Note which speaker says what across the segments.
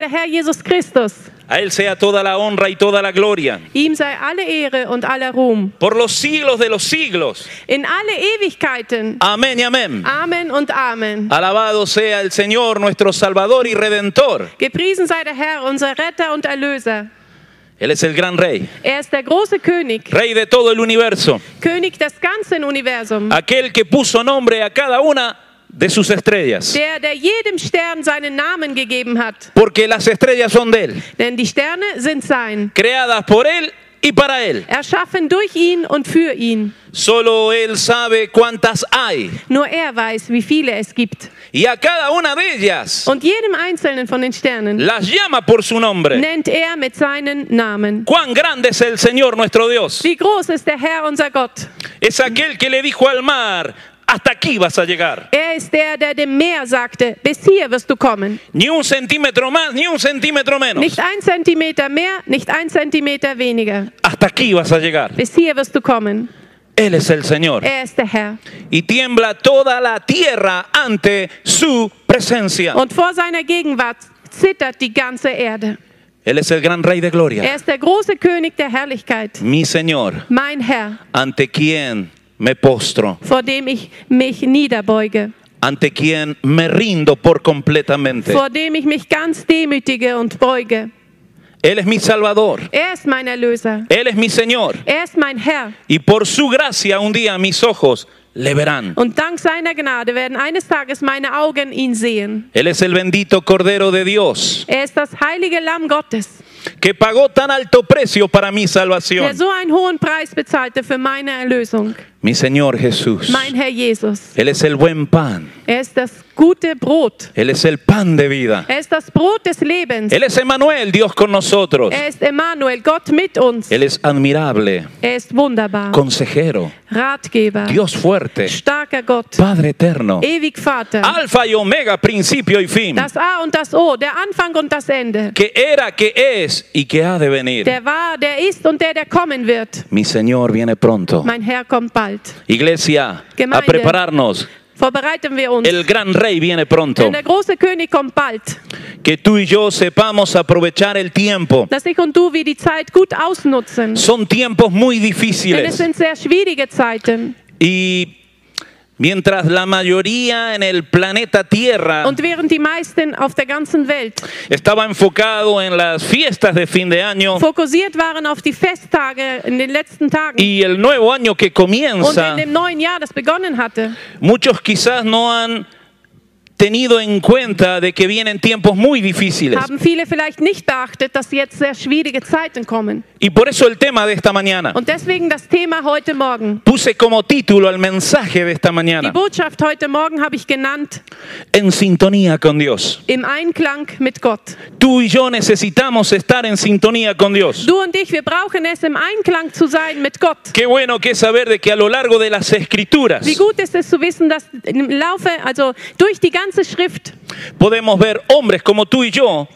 Speaker 1: Der Herr Jesus Christus,
Speaker 2: A Él sea toda la honra y toda la gloria.
Speaker 1: ihm sei alle Ehre und aller Ruhm.
Speaker 2: Por los siglos de los siglos.
Speaker 1: In alle Ewigkeiten.
Speaker 2: Amén y amén.
Speaker 1: Amen und Amen.
Speaker 2: Alabado sea el Señor, nuestro Salvador y Redentor.
Speaker 1: Gepriesen sei der Herr, unser Retter und Erlöser.
Speaker 2: Él es el gran Rey,
Speaker 1: Er ist der große König,
Speaker 2: Rey de todo el universo,
Speaker 1: König des ganzen Universums,
Speaker 2: aquel que puso nombre a cada una de sus estrellas.
Speaker 1: der, der jedem Stern seinen Namen gegeben hat.
Speaker 2: Porque las estrellas son de Él,
Speaker 1: Denn die Sterne sind sein,
Speaker 2: creadas por Él y para Él.
Speaker 1: erschaffen durch ihn und für ihn.
Speaker 2: Solo Él sabe cuántas hay.
Speaker 1: Nur er weiß, wie viele es gibt.
Speaker 2: Y a cada una de ellas
Speaker 1: Und jedem einzelnen von den Sternen
Speaker 2: las llama por su nombre.
Speaker 1: nennt er mit seinen Namen.
Speaker 2: Cuán grande es el Señor nuestro Dios.
Speaker 1: Wie groß ist der Herr, unser Gott?
Speaker 2: Es aquel que le dijo al mar, hasta aquí vas a llegar.
Speaker 1: Er ist der, der dem Meer sagte, bis hier wirst du kommen.
Speaker 2: Ni un centímetro más, ni un centímetro menos.
Speaker 1: Nicht ein Zentimeter mehr, nicht ein Zentimeter weniger.
Speaker 2: Hasta aquí vas a llegar.
Speaker 1: Bis hier wirst du kommen.
Speaker 2: Él es el Señor.
Speaker 1: Er ist der Herr.
Speaker 2: Y tiembla toda la tierra ante su presencia.
Speaker 1: Und vor seiner Gegenwart zittert die ganze Erde.
Speaker 2: Él es el gran Rey de
Speaker 1: Er
Speaker 2: Gloria.
Speaker 1: ist der große König der Herrlichkeit.
Speaker 2: Mi Señor,
Speaker 1: Mein Herr,
Speaker 2: ante quien me postro,
Speaker 1: vor dem ich mich niederbeuge,
Speaker 2: ante quien me rindo por completamente.
Speaker 1: vor dem ich mich ganz demütige und beuge.
Speaker 2: Él es mi Salvador.
Speaker 1: Er ist mein Erlöser.
Speaker 2: Él es mi Señor.
Speaker 1: Er ist mein Herr.
Speaker 2: Y por su gracia un día mis ojos le verán.
Speaker 1: Und dank seiner Gnade werden eines Tages meine Augen ihn sehen.
Speaker 2: Él es el bendito Cordero de Dios
Speaker 1: Er ist das heilige Lamm Gottes,
Speaker 2: que pagó tan alto precio para mi
Speaker 1: der
Speaker 2: salvación.
Speaker 1: so einen hohen Preis bezahlte für meine Erlösung.
Speaker 2: Mi Señor Jesús.
Speaker 1: Mein Herr Jesus,
Speaker 2: Él es el buen pan.
Speaker 1: er ist das gute Brot.
Speaker 2: Él es el pan de vida.
Speaker 1: Er ist das Brot des Lebens.
Speaker 2: Él es Emanuel, Dios con nosotros.
Speaker 1: Er ist Emmanuel, Gott mit uns.
Speaker 2: Él es admirable,
Speaker 1: Er ist wunderbar,
Speaker 2: consejero,
Speaker 1: Ratgeber,
Speaker 2: Dios fuerte,
Speaker 1: starker Gott,
Speaker 2: Padre eterno,
Speaker 1: ewig Vater.
Speaker 2: Alfa y Omega, principio y fin,
Speaker 1: Das A und das O, der Anfang und das Ende.
Speaker 2: que era, que es y que ha de venir.
Speaker 1: Der war, der ist und der, der kommen wird.
Speaker 2: Mi Señor viene pronto.
Speaker 1: Mein Herr kommt bald.
Speaker 2: Iglesia, a
Speaker 1: Gemeinde.
Speaker 2: prepararnos.
Speaker 1: Vorbereiten wir uns.
Speaker 2: El gran rey viene pronto.
Speaker 1: Denn der große König kommt bald.
Speaker 2: Que tú y yo sepamos aprovechar el tiempo.
Speaker 1: Dass ich und du wir die Zeit gut ausnutzen.
Speaker 2: Son tiempos muy
Speaker 1: Denn es
Speaker 2: difíciles.
Speaker 1: sind sehr schwierige Zeiten.
Speaker 2: Y mientras la mayoría en el planeta Tierra
Speaker 1: Und während die meisten auf der ganzen Welt
Speaker 2: estaba enfocado en las fiestas de fin de año
Speaker 1: fokussiert waren auf die Festtage in den letzten Tagen
Speaker 2: y el nuevo año que
Speaker 1: und
Speaker 2: comienza,
Speaker 1: in dem neuen Jahr, das begonnen hatte,
Speaker 2: muchos quizás no han tenido en cuenta de que vienen tiempos muy difíciles.
Speaker 1: haben viele vielleicht nicht beachtet, dass jetzt sehr schwierige Zeiten kommen.
Speaker 2: Y por eso el tema de esta mañana.
Speaker 1: Und deswegen das Thema heute Morgen.
Speaker 2: Puse como título al mensaje de esta
Speaker 1: Die
Speaker 2: mañana,
Speaker 1: Botschaft heute Morgen habe ich genannt,
Speaker 2: en sintonía con Dios.
Speaker 1: im Einklang mit Gott.
Speaker 2: Tú y yo necesitamos estar en sintonía con Dios.
Speaker 1: Du und ich, wir brauchen es, im Einklang zu sein mit Gott.
Speaker 2: Qué bueno que es saber de que a lo largo de las escrituras
Speaker 1: Wie gut ist es zu wissen, dass im Laufe, also durch die ganze Schrift,
Speaker 2: podemos ver hombres como tú y yo,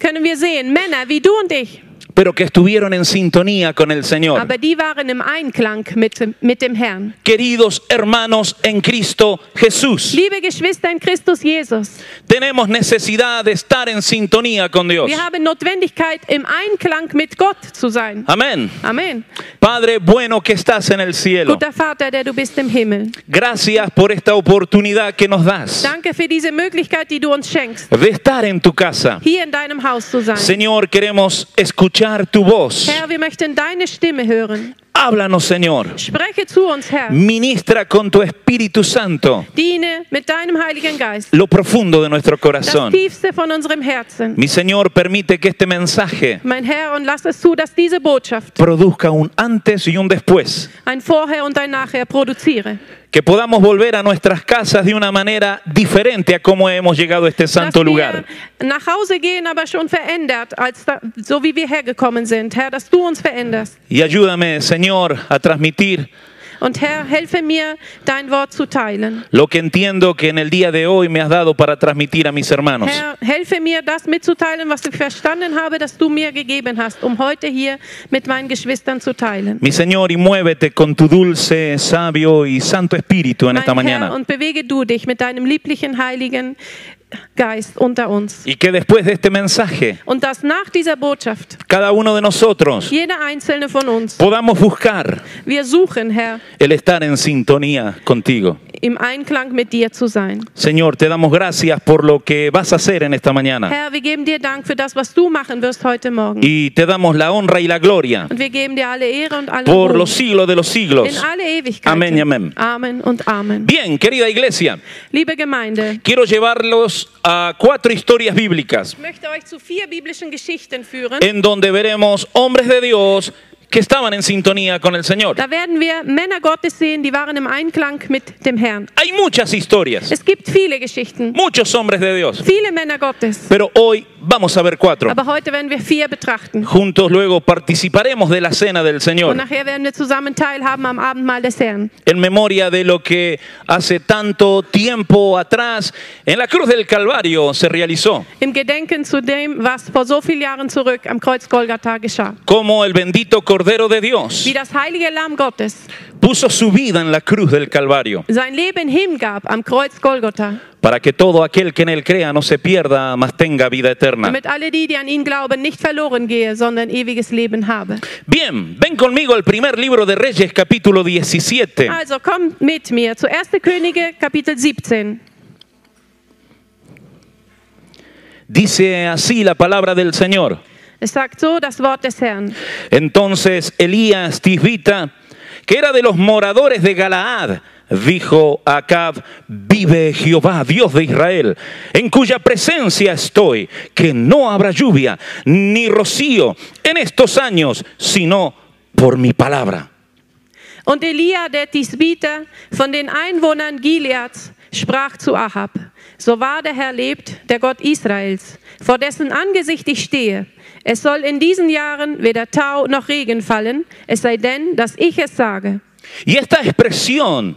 Speaker 1: können wir sehen, Männer wie du und ich,
Speaker 2: pero que estuvieron en sintonía con el Señor.
Speaker 1: Aber die waren im Einklang mit, mit dem Herrn.
Speaker 2: Queridos hermanos en Cristo Jesús,
Speaker 1: Liebe Geschwister in Christus Jesus,
Speaker 2: tenemos necesidad de estar en sintonía con Dios.
Speaker 1: wir haben Notwendigkeit, im Einklang mit Gott zu sein.
Speaker 2: Amén.
Speaker 1: Amen.
Speaker 2: Padre bueno que estás en el cielo,
Speaker 1: Guter Vater, der du bist im Himmel,
Speaker 2: gracias por esta oportunidad que nos das
Speaker 1: danke für diese Möglichkeit, die du uns schenkst,
Speaker 2: de estar en tu casa.
Speaker 1: hier in deinem Haus zu sein.
Speaker 2: Señor, queremos escuchar tu voz.
Speaker 1: Herr, wir möchten deine Stimme hören.
Speaker 2: Háblanos, Señor.
Speaker 1: Spreche zu uns, Herr.
Speaker 2: Ministra con tu Espíritu Santo
Speaker 1: Diene mit deinem Heiligen Geist.
Speaker 2: lo profundo de nuestro
Speaker 1: Das
Speaker 2: corazón.
Speaker 1: Tiefste von unserem Herzen.
Speaker 2: Mi Señor, permite que este mensaje
Speaker 1: Mein Herr, und lass es zu, dass diese Botschaft
Speaker 2: produzca un antes y un después.
Speaker 1: ein Vorher und ein Nachher produziere.
Speaker 2: Que podamos volver a nuestras casas de una manera diferente a cómo hemos llegado a este santo
Speaker 1: dass
Speaker 2: lugar.
Speaker 1: Wir nach Hause gehen, aber schon verändert, als da, so wie wir hergekommen sind. Herr, dass du uns veränderst.
Speaker 2: Y ayúdame, Señor, a transmitir
Speaker 1: Und Herr, helfe mir, dein Wort zu teilen.
Speaker 2: lo que entiendo que en el día de hoy me has dado para transmitir a mis hermanos.
Speaker 1: Herr, helfe mir, das mitzuteilen, was ich verstanden habe, dass du mir gegeben hast, um heute hier mit meinen Geschwistern zu teilen.
Speaker 2: Mi Señor, y muévete con tu dulce, sabio y santo espíritu en esta
Speaker 1: Mein Herr,
Speaker 2: mañana.
Speaker 1: und bewege du dich mit deinem lieblichen, heiligen Geist unter uns.
Speaker 2: Y que después de este mensaje,
Speaker 1: Und dass nach dieser Botschaft
Speaker 2: cada uno de nosotros
Speaker 1: jeder einzelne von uns,
Speaker 2: podamos buscar
Speaker 1: wir suchen, Herr,
Speaker 2: el estar en sintonía contigo.
Speaker 1: im Einklang mit dir zu sein.
Speaker 2: Señor, te damos gracias por lo que vas a hacer en esta mañana.
Speaker 1: Herr, wir geben dir Dank für das, was du machen wirst heute Morgen.
Speaker 2: Y te damos la honra y la gloria
Speaker 1: Und wir geben dir alle Ehre und alle
Speaker 2: por
Speaker 1: Ruhm.
Speaker 2: los siglos de los
Speaker 1: in
Speaker 2: siglos.
Speaker 1: alle Ewigkeit.
Speaker 2: Amen, amen.
Speaker 1: Amen und Amen.
Speaker 2: Bien, querida iglesia,
Speaker 1: Liebe Gemeinde,
Speaker 2: quiero llevarlos a cuatro historias bíblicas
Speaker 1: ich möchte euch zu vier biblischen Geschichten führen.
Speaker 2: en donde veremos hombres de Dios que estaban en sintonía con el Señor.
Speaker 1: Da werden wir Männer Gottes sehen, die waren im Einklang mit dem Herrn.
Speaker 2: Hay muchas historias,
Speaker 1: Es gibt viele Geschichten,
Speaker 2: muchos hombres de Dios,
Speaker 1: viele Männer Gottes.
Speaker 2: pero hoy vamos a ver cuatro.
Speaker 1: Aber heute werden wir vier betrachten.
Speaker 2: Juntos luego participaremos de la cena del
Speaker 1: Und
Speaker 2: Señor
Speaker 1: nachher werden wir zusammen teilhaben am Abendmahl des Herrn.
Speaker 2: en memoria de lo que hace tanto tiempo atrás en la cruz del Calvario se realizó,
Speaker 1: Im Gedenken zu dem, was vor so vielen Jahren zurück am Kreuz Golgatha geschah.
Speaker 2: como el bendito Cordero de Dios
Speaker 1: Wie das heilige Lamm Gottes
Speaker 2: puso su vida en la cruz del Calvario
Speaker 1: sein Leben hingab am Kreuz Golgatha,
Speaker 2: para que todo aquel que en él crea no se pierda, mas tenga vida eterna.
Speaker 1: damit alle die, die an ihn glauben, nicht verloren gehe, sondern ewiges Leben habe.
Speaker 2: Bien, ven conmigo al primer libro de Reyes capítulo 17.
Speaker 1: Also komm mit mir zu 1. Könige Kapitel 17.
Speaker 2: Dice así la palabra del Señor.
Speaker 1: Es sagt so das Wort des Herrn.
Speaker 2: Entonces Elías Tisbita, que era de los moradores de Galaad, dijo a Acab, vive Jehová, Dios de Israel, en cuya presencia estoy, que no habrá lluvia ni rocío en estos años, sino por mi palabra.
Speaker 1: Und Elia der Tisbiter von den Einwohnern Gileads sprach zu Ahab, so wahr der Herr lebt, der Gott Israels, vor dessen Angesicht ich stehe. Es soll in diesen Jahren weder Tau noch Regen fallen, es sei denn, dass ich es sage.
Speaker 2: Y esta expresión,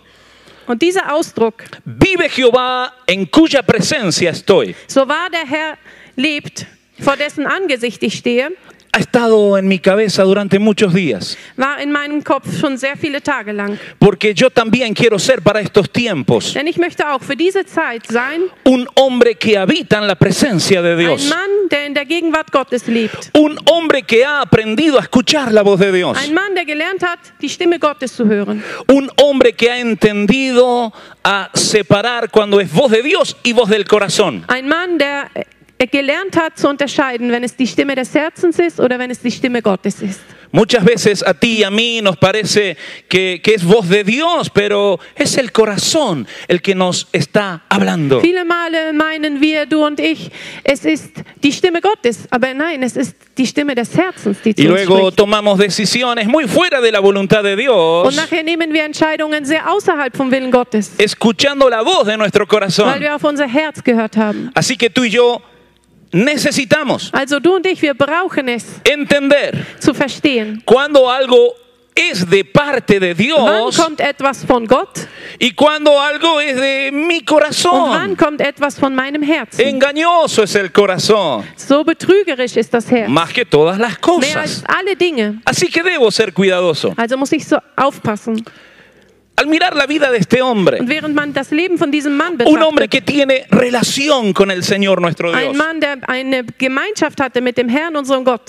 Speaker 1: Und dieser Ausdruck,
Speaker 2: vive Jehová, en cuya presencia estoy,
Speaker 1: so wahr der Herr lebt, vor dessen Angesicht ich stehe,
Speaker 2: ha estado en mi cabeza durante muchos días,
Speaker 1: war in meinem Kopf schon sehr viele Tage lang.
Speaker 2: porque yo también quiero ser para estos tiempos
Speaker 1: Denn ich möchte auch für diese Zeit sein,
Speaker 2: un hombre que habita en la presencia de
Speaker 1: ein
Speaker 2: Dios,
Speaker 1: Mann, der in der Gegenwart Gottes lebt.
Speaker 2: un hombre que ha aprendido a escuchar la voz de Dios,
Speaker 1: Ein Mann, der gelernt hat, die Stimme Gottes zu hören.
Speaker 2: un hombre que ha entendido a separar cuando es voz de Dios y voz del corazón.
Speaker 1: Ein Mann, der äh, gelernt hat zu unterscheiden, wenn es die Stimme des Herzens ist oder wenn es die Stimme Gottes ist.
Speaker 2: Muchas veces a ti y a mí nos parece que, que es voz de Dios, pero es el corazón el que nos está hablando.
Speaker 1: Viele Male meinen wir, du und ich, es ist die Stimme Gottes, aber nein, es ist die Stimme des Herzens, die zu
Speaker 2: Y
Speaker 1: uns
Speaker 2: luego
Speaker 1: spricht.
Speaker 2: tomamos decisiones muy fuera de la voluntad de
Speaker 1: Und
Speaker 2: Dios,
Speaker 1: nachher nehmen wir Entscheidungen sehr außerhalb vom Willen Gottes,
Speaker 2: escuchando la voz de nuestro
Speaker 1: weil
Speaker 2: corazón.
Speaker 1: wir auf unser Herz gehört haben.
Speaker 2: Así que tú y yo necesitamos
Speaker 1: Also du und ich, wir brauchen es
Speaker 2: entender
Speaker 1: zu verstehen.
Speaker 2: cuando algo es de parte de
Speaker 1: Wann
Speaker 2: Dios
Speaker 1: kommt etwas von Gott
Speaker 2: y cuando algo es de mi
Speaker 1: und wann
Speaker 2: corazón.
Speaker 1: kommt etwas von meinem Herzen?
Speaker 2: Engañoso es el corazón,
Speaker 1: So betrügerisch ist das Herz.
Speaker 2: más que todas
Speaker 1: Mehr
Speaker 2: las
Speaker 1: als
Speaker 2: cosas.
Speaker 1: alle Dinge.
Speaker 2: Así que debo ser cuidadoso.
Speaker 1: Also muss ich so aufpassen.
Speaker 2: Al mirar la vida de este hombre,
Speaker 1: Und während man das Leben von diesem Mann
Speaker 2: un hombre
Speaker 1: betrachtet,
Speaker 2: que tiene relación con el Señor nuestro Dios,
Speaker 1: ein Mann, der eine Gemeinschaft hatte mit dem Herrn, unserem Gott,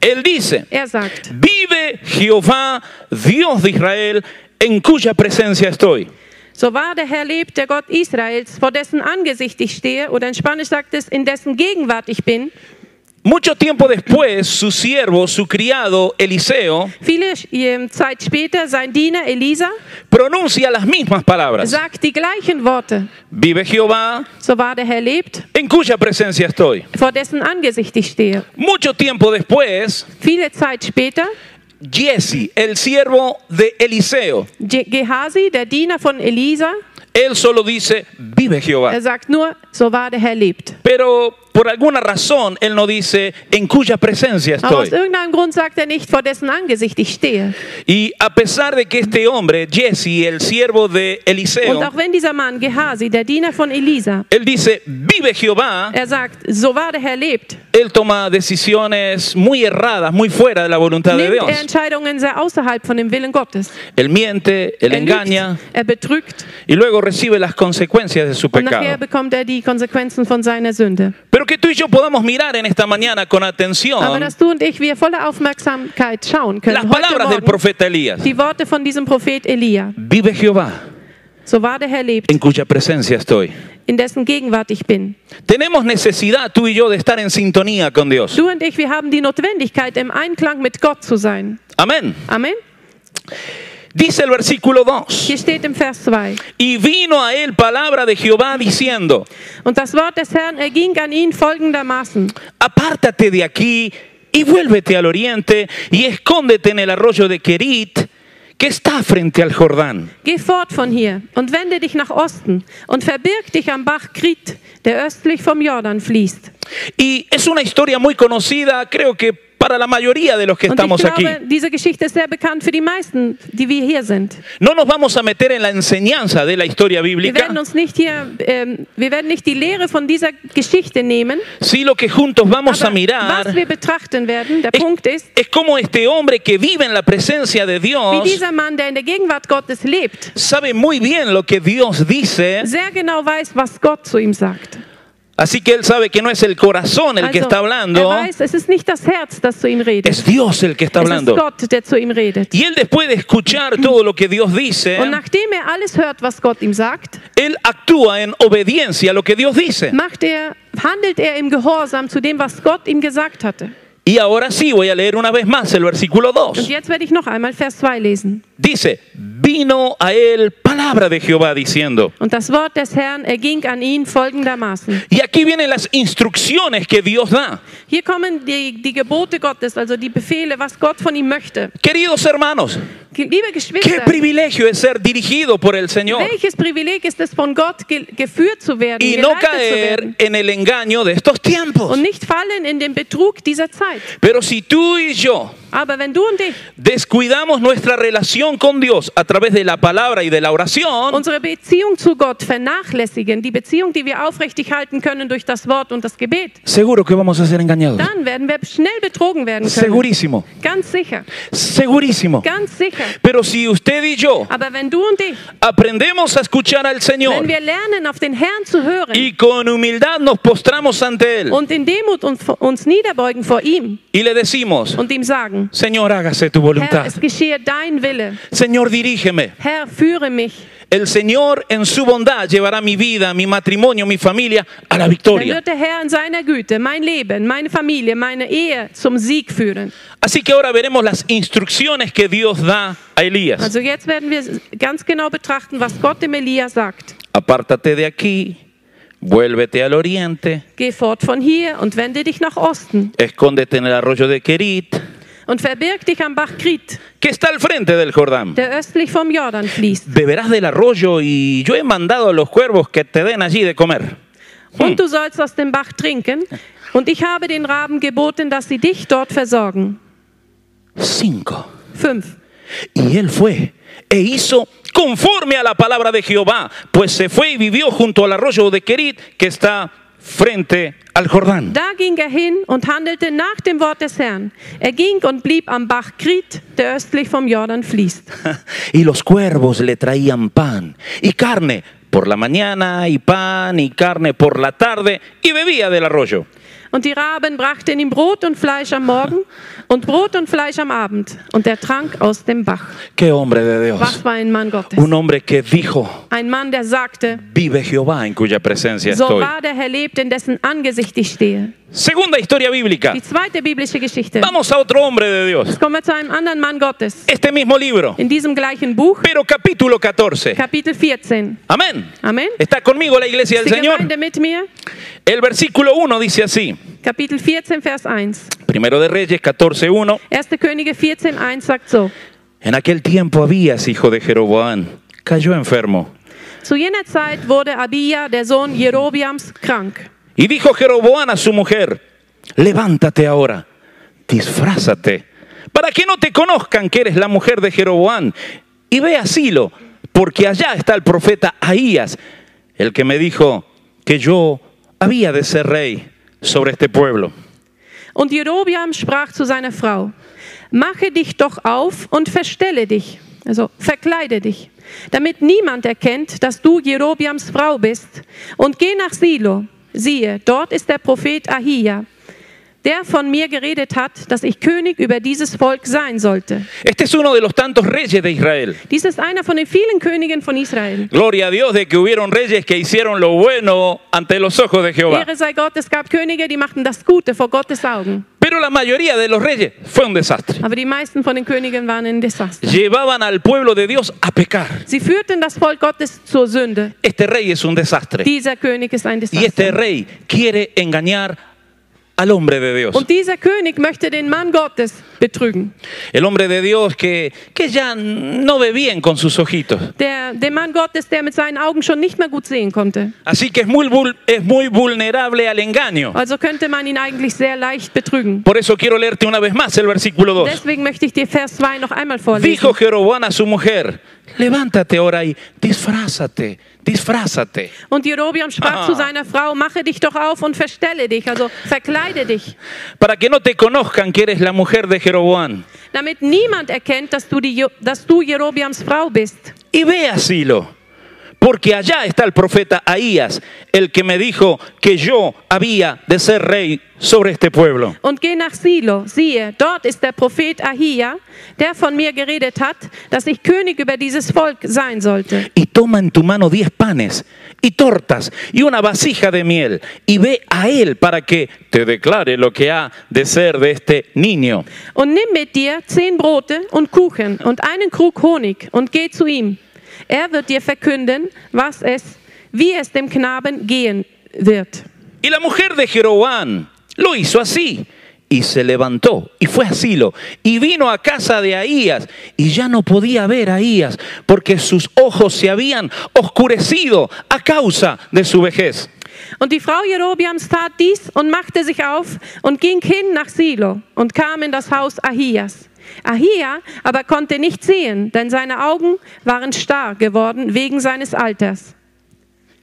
Speaker 2: él dice,
Speaker 1: er sagt,
Speaker 2: vive Jehová, Dios de Israel, en cuya presencia estoy.
Speaker 1: so wahr der Herr lebt, der Gott Israels, vor dessen Angesicht ich stehe, oder in Spanisch sagt es, in dessen Gegenwart ich bin.
Speaker 2: Mucho tiempo después, su siervo, su criado, Eliseo,
Speaker 1: Viele äh, Zeit später, sein Diener Elisa
Speaker 2: pronuncia las mismas palabras.
Speaker 1: sagt die gleichen Worte,
Speaker 2: Vive Jehová,
Speaker 1: so wahr der Herr lebt,
Speaker 2: en cuya presencia estoy.
Speaker 1: vor dessen Angesicht ich stehe.
Speaker 2: Mucho tiempo después,
Speaker 1: Viele Zeit später,
Speaker 2: Jesse, el siervo de Eliseo,
Speaker 1: Je- Gehasi, der Diener von Elisa,
Speaker 2: él solo dice, vive Jehová.
Speaker 1: er sagt nur, so wahr der Herr lebt.
Speaker 2: Pero por alguna razón, él no dice, en cuya presencia
Speaker 1: Aber aus
Speaker 2: estoy.
Speaker 1: irgendeinem Grund sagt er nicht, vor dessen Angesicht ich stehe.
Speaker 2: Y a pesar de que este hombre, Jesse, el siervo de
Speaker 1: Und
Speaker 2: Eliseo,
Speaker 1: auch wenn dieser Mann, Gehasi, der Diener von Elisa,
Speaker 2: él dice, vive Jehová,
Speaker 1: er sagt, so wahr der Herr lebt,
Speaker 2: él toma decisiones muy erradas, muy fuera de la voluntad de
Speaker 1: nimmt er
Speaker 2: Dios.
Speaker 1: Entscheidungen sehr außerhalb von dem Willen Gottes.
Speaker 2: Él miente, él
Speaker 1: Er, lügt,
Speaker 2: engaña
Speaker 1: er betrügt
Speaker 2: y luego recibe las consecuencias de su
Speaker 1: und nachher
Speaker 2: pecado.
Speaker 1: bekommt er die die Konsequenzen von seiner Sünde.
Speaker 2: Pero que tú y yo podamos mirar en esta mañana con
Speaker 1: Aber
Speaker 2: atención
Speaker 1: dass du und ich wir voller Aufmerksamkeit schauen
Speaker 2: las
Speaker 1: können heute
Speaker 2: palabras del
Speaker 1: Morgen,
Speaker 2: profeta Elías.
Speaker 1: die Worte von diesem Prophet Elia.
Speaker 2: Vive Jehová,
Speaker 1: So wahr der Herr lebt,
Speaker 2: en cuya presencia estoy.
Speaker 1: in dessen Gegenwart ich bin.
Speaker 2: Tenemos necesidad tú y yo de estar en sintonía con Dios.
Speaker 1: Du und ich, wir haben die Notwendigkeit, im Einklang mit Gott zu sein.
Speaker 2: Amén.
Speaker 1: Amen.
Speaker 2: Dice el versículo 2.
Speaker 1: Hier steht im Vers 2.
Speaker 2: Y vino a él palabra de Jehová diciendo,
Speaker 1: Und das Wort des Herrn erging an ihn folgendermaßen.
Speaker 2: apártate de aquí y vuélvete al oriente y escóndete en el arroyo de Kerit que está frente al Jordán.
Speaker 1: Geh fort von hier und wende dich nach Osten und verbirg dich am Bach Krit, der östlich vom Jordan fließt.
Speaker 2: Y es una historia muy conocida, creo que para la mayoría de los que
Speaker 1: Und ich
Speaker 2: estamos aquí.
Speaker 1: glaube, diese Geschichte ist sehr bekannt für die meisten, die wir hier sind.
Speaker 2: No nos vamos a meter en la enseñanza de la historia
Speaker 1: Wir
Speaker 2: bíblica,
Speaker 1: werden uns nicht hier, ähm, wir werden nicht die Lehre von dieser Geschichte nehmen.
Speaker 2: sí lo que juntos vamos a
Speaker 1: Aber was
Speaker 2: mirar
Speaker 1: wir betrachten werden, der
Speaker 2: es,
Speaker 1: Punkt ist,
Speaker 2: es cómo este hombre que vive en la presencia de
Speaker 1: wie
Speaker 2: Dios
Speaker 1: dieser Mann, der in der Gegenwart Gottes lebt,
Speaker 2: sabe muy bien lo que Dios dice,
Speaker 1: sehr genau weiß, was Gott zu ihm sagt. Also,
Speaker 2: así que él sabe que no es el corazón el que está
Speaker 1: er
Speaker 2: hablando,
Speaker 1: weiß, es ist nicht das Herz, das zu ihm redet.
Speaker 2: es Dios el que está
Speaker 1: es ist
Speaker 2: hablando.
Speaker 1: Gott, der zu ihm redet.
Speaker 2: Y él después de escuchar todo lo que Dios dice,
Speaker 1: Und nachdem er alles hört, was Gott ihm sagt,
Speaker 2: él actúa en obediencia a lo que Dios dice.
Speaker 1: macht er, handelt er im Gehorsam zu dem, was Gott ihm gesagt hatte.
Speaker 2: Y ahora sí, voy a leer una vez más el versículo
Speaker 1: Und
Speaker 2: 2.
Speaker 1: jetzt werde ich noch einmal Vers 2 lesen.
Speaker 2: Dice, vino a él palabra de Jehová diciendo.
Speaker 1: Und das Wort des Herrn erging an ihn folgendermaßen.
Speaker 2: Y aquí vienen las instrucciones que Dios da.
Speaker 1: Hier kommen die, die Gebote Gottes, also die Befehle, was Gott von ihm möchte.
Speaker 2: Queridos hermanos,
Speaker 1: Liebe
Speaker 2: qué
Speaker 1: Geschwister,
Speaker 2: privilegio es ser dirigido por el Señor
Speaker 1: welches Privileg ist es, von Gott ge geführt zu werden,
Speaker 2: y no
Speaker 1: geleitet zu
Speaker 2: caer
Speaker 1: werden
Speaker 2: en el engaño de estos tiempos.
Speaker 1: und nicht fallen in den Betrug dieser Zeit.
Speaker 2: Pero si tú y yo
Speaker 1: Aber wenn du und ich
Speaker 2: descuidamos nuestra relación con Dios a través de la palabra y de la oración,
Speaker 1: unsere Beziehung zu Gott vernachlässigen, die Beziehung, die wir aufrichtig halten können durch das Wort und das Gebet,
Speaker 2: seguro que vamos a ser engañados.
Speaker 1: dann werden wir schnell betrogen werden können.
Speaker 2: Segurísimo,
Speaker 1: Ganz sicher,
Speaker 2: segurísimo.
Speaker 1: ganz sicher.
Speaker 2: Pero si usted y yo
Speaker 1: Aber wenn du und ich,
Speaker 2: aprendemos a escuchar al Señor
Speaker 1: wenn wir lernen, auf den Herrn zu hören
Speaker 2: y con humildad nos postramos ante Él
Speaker 1: und in Demut uns, uns niederbeugen vor ihm
Speaker 2: y le decimos,
Speaker 1: und ihm sagen,
Speaker 2: Señor, hágase tu
Speaker 1: Herr,
Speaker 2: voluntad.
Speaker 1: es geschehe dein Wille,
Speaker 2: Señor, dirígeme.
Speaker 1: Herr, führe mich,
Speaker 2: El Señor en su bondad llevará mi vida, mi matrimonio, mi familia a la
Speaker 1: dann
Speaker 2: victoria.
Speaker 1: wird der Herr in seiner Güte mein Leben, meine Familie, meine Ehe zum Sieg führen.
Speaker 2: Así que ahora veremos las instrucciones que Dios da a Elías.
Speaker 1: Also jetzt werden wir ganz genau betrachten, was Gott dem Elia sagt.
Speaker 2: Apártate de aquí, vuélvete al oriente,
Speaker 1: Geh fort von hier und wende dich nach Osten
Speaker 2: escóndete en el arroyo de Kerit,
Speaker 1: und verbirg dich am Bach Krit,
Speaker 2: que está al frente del Jordán.
Speaker 1: der östlich vom Jordan fließt.
Speaker 2: Beberás del arroyo y yo he mandado a los cuervos que te den allí de comer.
Speaker 1: Und du sollst aus dem Bach trinken. Und ich habe den Raben geboten, dass sie dich dort versorgen.
Speaker 2: Cinco.
Speaker 1: Fünf.
Speaker 2: Y él fue e hizo conforme a la palabra de Jehová, pues se fue y vivió junto al arroyo de Kerit que está frente al Jordán.
Speaker 1: Da ging er hin und handelte nach dem Wort des Herrn. Er ging und blieb am Bach Krit, der östlich vom Jordan fließt.
Speaker 2: Y los cuervos le traían pan y carne por la mañana y pan y carne por la tarde y bebía del arroyo.
Speaker 1: Und die Raben brachten ihm Brot und Fleisch am Morgen und Brot und Fleisch am Abend. Und er trank aus dem Bach.
Speaker 2: Qué hombre de Dios.
Speaker 1: Was war ein Mann Gottes?
Speaker 2: Un hombre que dijo,
Speaker 1: Ein Mann, der sagte,
Speaker 2: vive Jehová en cuya presencia
Speaker 1: So
Speaker 2: estoy.
Speaker 1: wahr der Herr lebt, in dessen Angesicht ich stehe.
Speaker 2: Segunda historia bíblica.
Speaker 1: Die zweite biblische Geschichte.
Speaker 2: Vamos a otro hombre de Dios.
Speaker 1: Jetzt kommen wir zu einem anderen Mann Gottes.
Speaker 2: Este mismo libro,
Speaker 1: In diesem gleichen Buch,
Speaker 2: pero capítulo 14.
Speaker 1: Kapitel 14.
Speaker 2: Amén.
Speaker 1: Amén.
Speaker 2: Está conmigo la iglesia
Speaker 1: Ist die
Speaker 2: del Señor.
Speaker 1: Gemeinde mit mir?
Speaker 2: El versículo 1 dice así.
Speaker 1: Kapitel 14, Vers 1.
Speaker 2: Primero de Reyes 14.1.
Speaker 1: 1. Könige 14, 1 sagt so.
Speaker 2: En aquel tiempo Abías, hijo de Jeroboam, cayó enfermo.
Speaker 1: Zu jener Zeit wurde Abia, der Sohn Jerobiams, krank.
Speaker 2: Y dijo Jeroboam a su mujer, levántate ahora, disfrázate, para que no te conozcan que eres la mujer de Jeroboam, y ve a Silo, porque allá está el profeta Ahías, el que me dijo que yo había de ser rey sobre este pueblo.
Speaker 1: Und Jerobiam sprach zu seiner Frau, mache dich doch auf und verstelle dich, Also verkleide dich, damit niemand erkennt, dass du Jerobiams Frau bist. Und geh nach Silo. Siehe, dort ist der Prophet Ahia, der von mir geredet hat, dass ich König über dieses Volk sein sollte.
Speaker 2: Este es uno de los tantos reyes de Israel.
Speaker 1: Dies ist einer von den vielen Königen von Israel.
Speaker 2: Gloria a Dios de que hubieron reyes que hicieron lo bueno ante los ojos de Jehová.
Speaker 1: Ehre sei Gott, es gab Könige, die machten das Gute vor Gottes Augen.
Speaker 2: Pero la mayoría de los reyes fue un desastre.
Speaker 1: Aber die meisten von den Königen waren ein Desaster.
Speaker 2: Llevaban al pueblo de Dios a pecar.
Speaker 1: Sie führten das Volk Gottes zur Sünde.
Speaker 2: Este rey es un desastre.
Speaker 1: Dieser König ist ein
Speaker 2: Y este
Speaker 1: Desaster.
Speaker 2: rey quiere engañar al hombre de Dios.
Speaker 1: Und dieser König möchte den Mann Gottes betrügen.
Speaker 2: El hombre de Dios que, que ya no ve bien con sus ojitos.
Speaker 1: Der, der Mann Gottes, der mit seinen Augen schon nicht mehr gut sehen konnte.
Speaker 2: Así que es muy, vul- es muy vulnerable al engaño.
Speaker 1: Also könnte man ihn eigentlich sehr leicht betrügen.
Speaker 2: Por eso quiero leerte una vez más el versículo 2.
Speaker 1: Deswegen möchte ich dir Vers 2 noch einmal vorlesen.
Speaker 2: Dijo Jeroboam a su mujer, levántate ahora y disfrázate, disfrázate.
Speaker 1: Und Jerobiam sprach
Speaker 2: Ah.
Speaker 1: zu seiner Frau, mache dich doch auf und verstelle dich, also verkleide dich,
Speaker 2: Para que no te conozcan que eres la mujer de Jeroboam.
Speaker 1: damit niemand erkennt, dass du, die, Jo- dass du Jerobiams Frau bist.
Speaker 2: Y ve a Silo, porque allá está el profeta Ahías, el que me dijo que yo había de ser rey sobre este pueblo.
Speaker 1: Und geh nach Silo, siehe, dort ist der Prophet Ahia, der von mir geredet hat, dass ich König über dieses Volk sein sollte.
Speaker 2: Y toma en tu mano diez panes y tortas y una vasija de miel y ve a él para que te declare lo que ha de ser de este niño.
Speaker 1: Und nimm mit dir zehn Brote und Kuchen und einen Krug Honig und geh zu ihm. Er wird dir verkünden, was es, wie es dem Knaben gehen wird.
Speaker 2: Y la mujer de Jeroboam lo hizo así. Y se levantó y fue a Silo y vino a casa de Ahías y ya no podía ver a Ahías porque sus ojos se habían oscurecido a causa de su vejez.
Speaker 1: Und die Frau Jerobiams tat dies und machte sich auf und ging hin nach Silo und kam in das Haus Ahias. Ahia aber konnte nicht sehen, denn seine Augen waren starr geworden wegen seines Alters.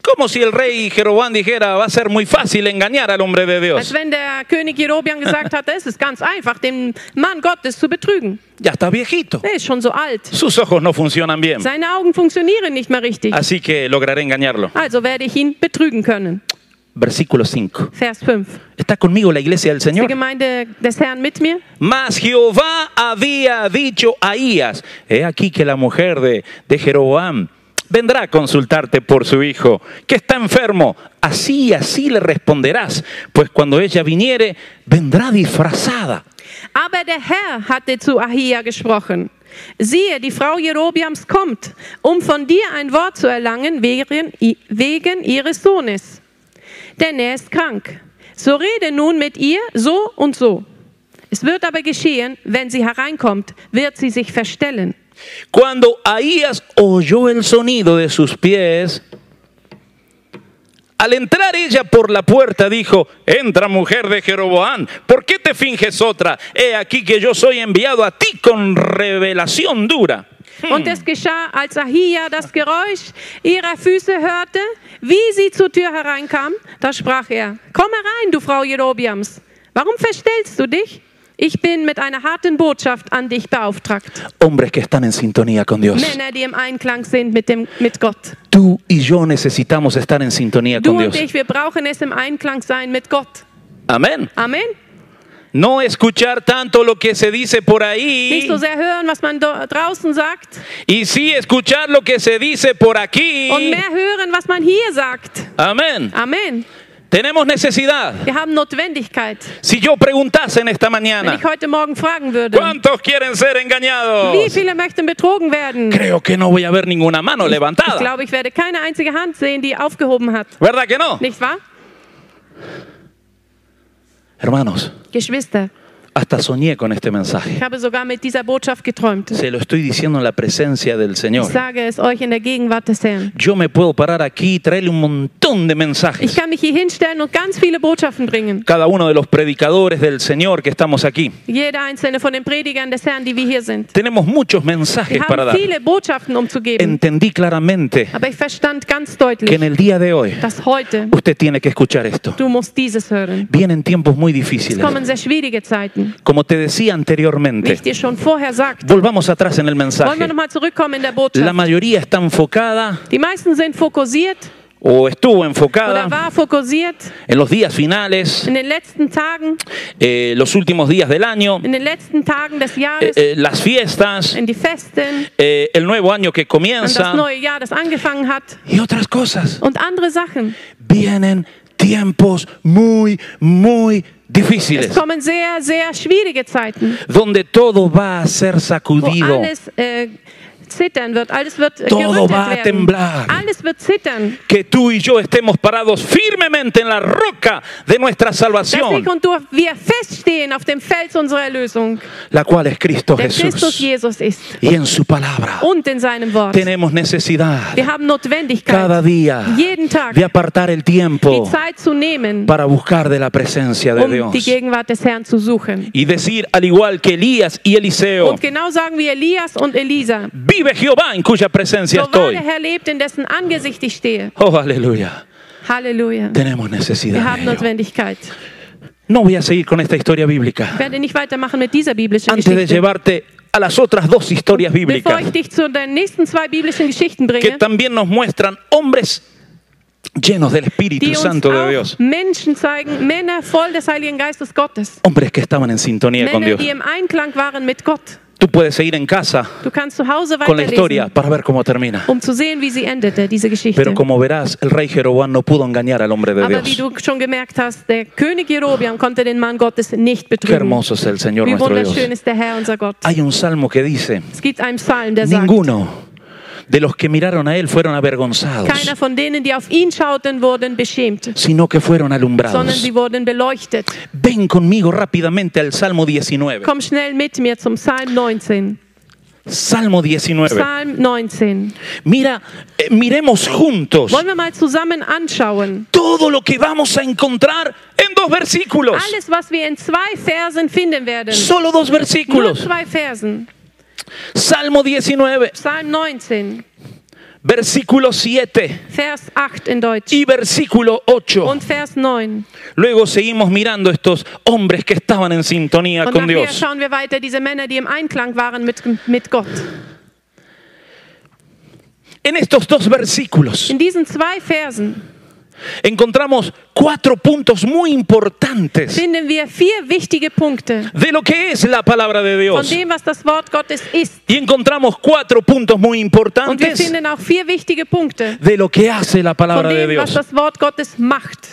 Speaker 2: Como si el rey Jeroboam dijera, va a ser muy fácil engañar al hombre de
Speaker 1: Als
Speaker 2: Dios.
Speaker 1: wenn der König Jerobiam gesagt hatte, es ist ganz einfach, den Mann Gottes zu betrügen.
Speaker 2: Ya está viejito.
Speaker 1: Er ist schon so alt.
Speaker 2: Sus ojos no funcionan bien.
Speaker 1: Seine Augen funktionieren nicht mehr richtig.
Speaker 2: Así que lograré engañarlo.
Speaker 1: Also werde ich ihn betrügen können.
Speaker 2: Versículo 5.
Speaker 1: Vers 5.
Speaker 2: ¿Está conmigo la iglesia del
Speaker 1: Die
Speaker 2: Señor?
Speaker 1: Gemeinde des Herrn mit mir.
Speaker 2: Mas Jehová había dicho a Ahías, he aquí que la mujer de, de Jeroboam vendrá a consultarte por su hijo, que está enfermo. Así, así le responderás, pues cuando ella viniere, vendrá disfrazada.
Speaker 1: Aber der Herr hatte zu Ahia gesprochen. Siehe, die Frau Jerobiams kommt, um von dir ein Wort zu erlangen wegen, i- wegen ihres Sohnes. Denn er ist krank. So rede nun mit ihr so und so. Es wird aber geschehen, wenn sie hereinkommt, wird sie sich verstellen.
Speaker 2: Cuando Ahías oyó el sonido de sus pies, al entrar ella por la puerta dijo, entra mujer de Jeroboam, ¿por qué te finges otra? He aquí que yo soy enviado a ti con revelación dura.
Speaker 1: Und es geschah, als Ahia das Geräusch ihrer Füße hörte, wie sie zur Tür hereinkam, da sprach er, komm herein, du Frau Jerobiams, warum verstellst du dich? Ich bin mit einer harten Botschaft an dich beauftragt.
Speaker 2: Hombres que están en sintonía con Dios.
Speaker 1: Männer, die im Einklang sind mit, dem, mit Gott.
Speaker 2: Tú y yo necesitamos estar en sintonía
Speaker 1: Du
Speaker 2: con
Speaker 1: und
Speaker 2: Dios.
Speaker 1: ich, wir brauchen es im Einklang sein mit Gott.
Speaker 2: Amén.
Speaker 1: Amen.
Speaker 2: No escuchar tanto lo que se dice por
Speaker 1: Nicht
Speaker 2: ahí
Speaker 1: so sehr hören, was man do- draußen sagt
Speaker 2: y sí escuchar lo que se dice por aquí.
Speaker 1: und mehr hören, was man hier sagt.
Speaker 2: Amén.
Speaker 1: Amen.
Speaker 2: Tenemos necesidad.
Speaker 1: Wir haben Notwendigkeit.
Speaker 2: Si yo preguntase en esta
Speaker 1: Wenn
Speaker 2: mañana,
Speaker 1: ich heute Morgen fragen würde,
Speaker 2: ¿cuántos quieren ser
Speaker 1: Wie
Speaker 2: engañados?
Speaker 1: viele möchten betrogen werden?
Speaker 2: Creo que no voy a ver ninguna mano
Speaker 1: Ich
Speaker 2: levantada.
Speaker 1: glaube, ich werde keine einzige Hand sehen, die aufgehoben hat.
Speaker 2: ¿Verdad que no?
Speaker 1: Nicht wahr?
Speaker 2: Hermanos,
Speaker 1: Geschwister,
Speaker 2: hasta soñé con este mensaje.
Speaker 1: ich habe sogar mit dieser Botschaft geträumt.
Speaker 2: Se lo estoy diciendo en la presencia del
Speaker 1: Ich
Speaker 2: Señor.
Speaker 1: sage es euch in der Gegenwart des Herrn.
Speaker 2: Yo me puedo parar aquí y traerle un montón de
Speaker 1: Ich
Speaker 2: mensajes.
Speaker 1: kann mich hier hinstellen und ganz viele Botschaften bringen.
Speaker 2: Cada uno de los predicadores del Señor que estamos aquí.
Speaker 1: Jeder einzelne von den Predigern des Herrn, die wir hier sind.
Speaker 2: Tenemos muchos
Speaker 1: Wir
Speaker 2: mensajes para
Speaker 1: haben
Speaker 2: dar.
Speaker 1: viele Botschaften umzugeben.
Speaker 2: Entendí claramente
Speaker 1: Aber ich verstand ganz
Speaker 2: que
Speaker 1: deutlich,
Speaker 2: en el día de hoy
Speaker 1: dass heute
Speaker 2: usted tiene que escuchar esto.
Speaker 1: du musst dieses hören.
Speaker 2: Vienen tiempos muy
Speaker 1: Es
Speaker 2: difíciles.
Speaker 1: kommen sehr schwierige Zeiten. tun.
Speaker 2: Como te decía
Speaker 1: Wie
Speaker 2: anteriormente,
Speaker 1: ich dir schon vorher sagte.
Speaker 2: volvamos atrás en el
Speaker 1: Wollen wir
Speaker 2: mensaje.
Speaker 1: nochmal zurückkommen in der
Speaker 2: La
Speaker 1: Botschaft.
Speaker 2: mayoría está enfocada
Speaker 1: Die meisten sind fokussiert
Speaker 2: o estuvo
Speaker 1: oder
Speaker 2: enfocada
Speaker 1: war fokussiert
Speaker 2: en los días finales,
Speaker 1: in den letzten Tagen,
Speaker 2: eh, los últimos días del año,
Speaker 1: in den letzten Tagen des
Speaker 2: eh,
Speaker 1: Jahres,
Speaker 2: eh, las fiestas,
Speaker 1: in die Festen,
Speaker 2: eh, el nuevo año que
Speaker 1: an
Speaker 2: comienza
Speaker 1: das neue Jahr, das angefangen hat
Speaker 2: y otras cosas.
Speaker 1: und andere Sachen.
Speaker 2: Vienen tiempos muy, muy
Speaker 1: Es
Speaker 2: difíciles,
Speaker 1: kommen sehr, sehr schwierige Zeiten,
Speaker 2: donde todo va a ser
Speaker 1: wo
Speaker 2: sacudido.
Speaker 1: alles äh, zittern wird, alles wird äh,
Speaker 2: Todo
Speaker 1: gerüttelt
Speaker 2: va a
Speaker 1: werden.
Speaker 2: temblar.
Speaker 1: Alles wird zittern.
Speaker 2: Que tú y yo estemos parados firmemente en la roca de nuestra
Speaker 1: Dass
Speaker 2: salvación,
Speaker 1: ich und du, wir feststehen auf dem Fels unserer Erlösung,
Speaker 2: la cual es Cristo
Speaker 1: der Christus
Speaker 2: Jesús.
Speaker 1: Jesus ist
Speaker 2: Y en su palabra
Speaker 1: und in seinem Wort.
Speaker 2: tenemos necesidad
Speaker 1: Wir haben
Speaker 2: cada
Speaker 1: Notwendigkeit,
Speaker 2: día
Speaker 1: jeden Tag
Speaker 2: de apartar el
Speaker 1: die
Speaker 2: tiempo
Speaker 1: Zeit zu nehmen,
Speaker 2: para buscar de la presencia de
Speaker 1: um
Speaker 2: Dios.
Speaker 1: die Gegenwart des Herrn zu suchen.
Speaker 2: Y decir, al igual que Elías y Eliseo,
Speaker 1: Und genau sagen wir Elias und Elisa,
Speaker 2: vive Jehová en cuya presencia
Speaker 1: so wahr
Speaker 2: estoy.
Speaker 1: der Herr lebt, in dessen Angesicht ich stehe.
Speaker 2: Oh, aleluya.
Speaker 1: Halleluja.
Speaker 2: Tenemos
Speaker 1: Wir
Speaker 2: necesidad.
Speaker 1: haben
Speaker 2: de ello.
Speaker 1: Notwendigkeit.
Speaker 2: No voy a seguir con esta historia bíblica.
Speaker 1: Ich werde nicht weitermachen mit dieser biblischen
Speaker 2: Antes de
Speaker 1: Geschichte.
Speaker 2: llevarte a las otras dos historias
Speaker 1: Bevor
Speaker 2: bíblicas
Speaker 1: ich dich zu den nächsten zwei biblischen Geschichten
Speaker 2: que
Speaker 1: bringe,
Speaker 2: también nos muestran hombres llenos del Espíritu
Speaker 1: die uns
Speaker 2: Santo de Dios.
Speaker 1: auch Menschen zeigen, Männer voll des Heiligen Geistes Gottes.
Speaker 2: Hombres que estaban en sintonía con
Speaker 1: Männer,
Speaker 2: Dios.
Speaker 1: die im Einklang waren mit Gott.
Speaker 2: Tú puedes seguir en casa
Speaker 1: Du kannst zu Hause
Speaker 2: con la historia
Speaker 1: weiterlesen,
Speaker 2: para ver cómo termina.
Speaker 1: um zu sehen, wie sie endete, diese Geschichte.
Speaker 2: Pero como verás, el rey Jeroboam no pudo engañar al hombre de
Speaker 1: Aber wie
Speaker 2: Dios.
Speaker 1: du schon gemerkt hast, der König Jerobiam konnte den Mann Gottes nicht
Speaker 2: Qué
Speaker 1: betrügen.
Speaker 2: hermoso es el Señor
Speaker 1: Wie
Speaker 2: nuestro Dios.
Speaker 1: wunderschön ist der Herr, unser Gott.
Speaker 2: Hay un salmo que dice,
Speaker 1: Es gibt einen Psalm, der sagt,
Speaker 2: ninguno de los que miraron a él fueron avergonzados,
Speaker 1: keiner von denen, die auf ihn schauten, wurden beschämt,
Speaker 2: sino que fueron
Speaker 1: sondern
Speaker 2: alumbrados.
Speaker 1: sie wurden beleuchtet.
Speaker 2: Ven conmigo rápidamente al Salmo 19.
Speaker 1: Komm schnell mit mir zum Psalm 19.
Speaker 2: Salmo 19.
Speaker 1: Psalm 19.
Speaker 2: Mira, eh, miremos juntos
Speaker 1: Wollen wir mal zusammen anschauen.
Speaker 2: todo lo que vamos a encontrar en dos versículos.
Speaker 1: Alles, was wir in zwei Versen finden werden.
Speaker 2: Solo dos
Speaker 1: Nur
Speaker 2: versículos.
Speaker 1: zwei Versen.
Speaker 2: Salmo 19,
Speaker 1: Psalm 19,
Speaker 2: versículo 7
Speaker 1: Vers 8 in Deutsch
Speaker 2: y versículo 8.
Speaker 1: und Vers 9.
Speaker 2: Luego seguimos mirando estos hombres que estaban en sintonía
Speaker 1: Und
Speaker 2: con
Speaker 1: nachher
Speaker 2: Dios.
Speaker 1: schauen wir weiter, diese Männer, die im Einklang waren mit, mit Gott.
Speaker 2: En estos dos versículos
Speaker 1: In diesen zwei Versen
Speaker 2: encontramos cuatro puntos muy importantes
Speaker 1: finden wir vier wichtige Punkte
Speaker 2: de lo que es la palabra de
Speaker 1: von
Speaker 2: Dios.
Speaker 1: dem, was das Wort Gottes ist.
Speaker 2: Y encontramos cuatro puntos muy
Speaker 1: Und wir
Speaker 2: importantes
Speaker 1: finden auch vier wichtige Punkte
Speaker 2: de lo que hace la
Speaker 1: von
Speaker 2: palabra de
Speaker 1: dem, was
Speaker 2: Dios.
Speaker 1: das Wort Gottes macht.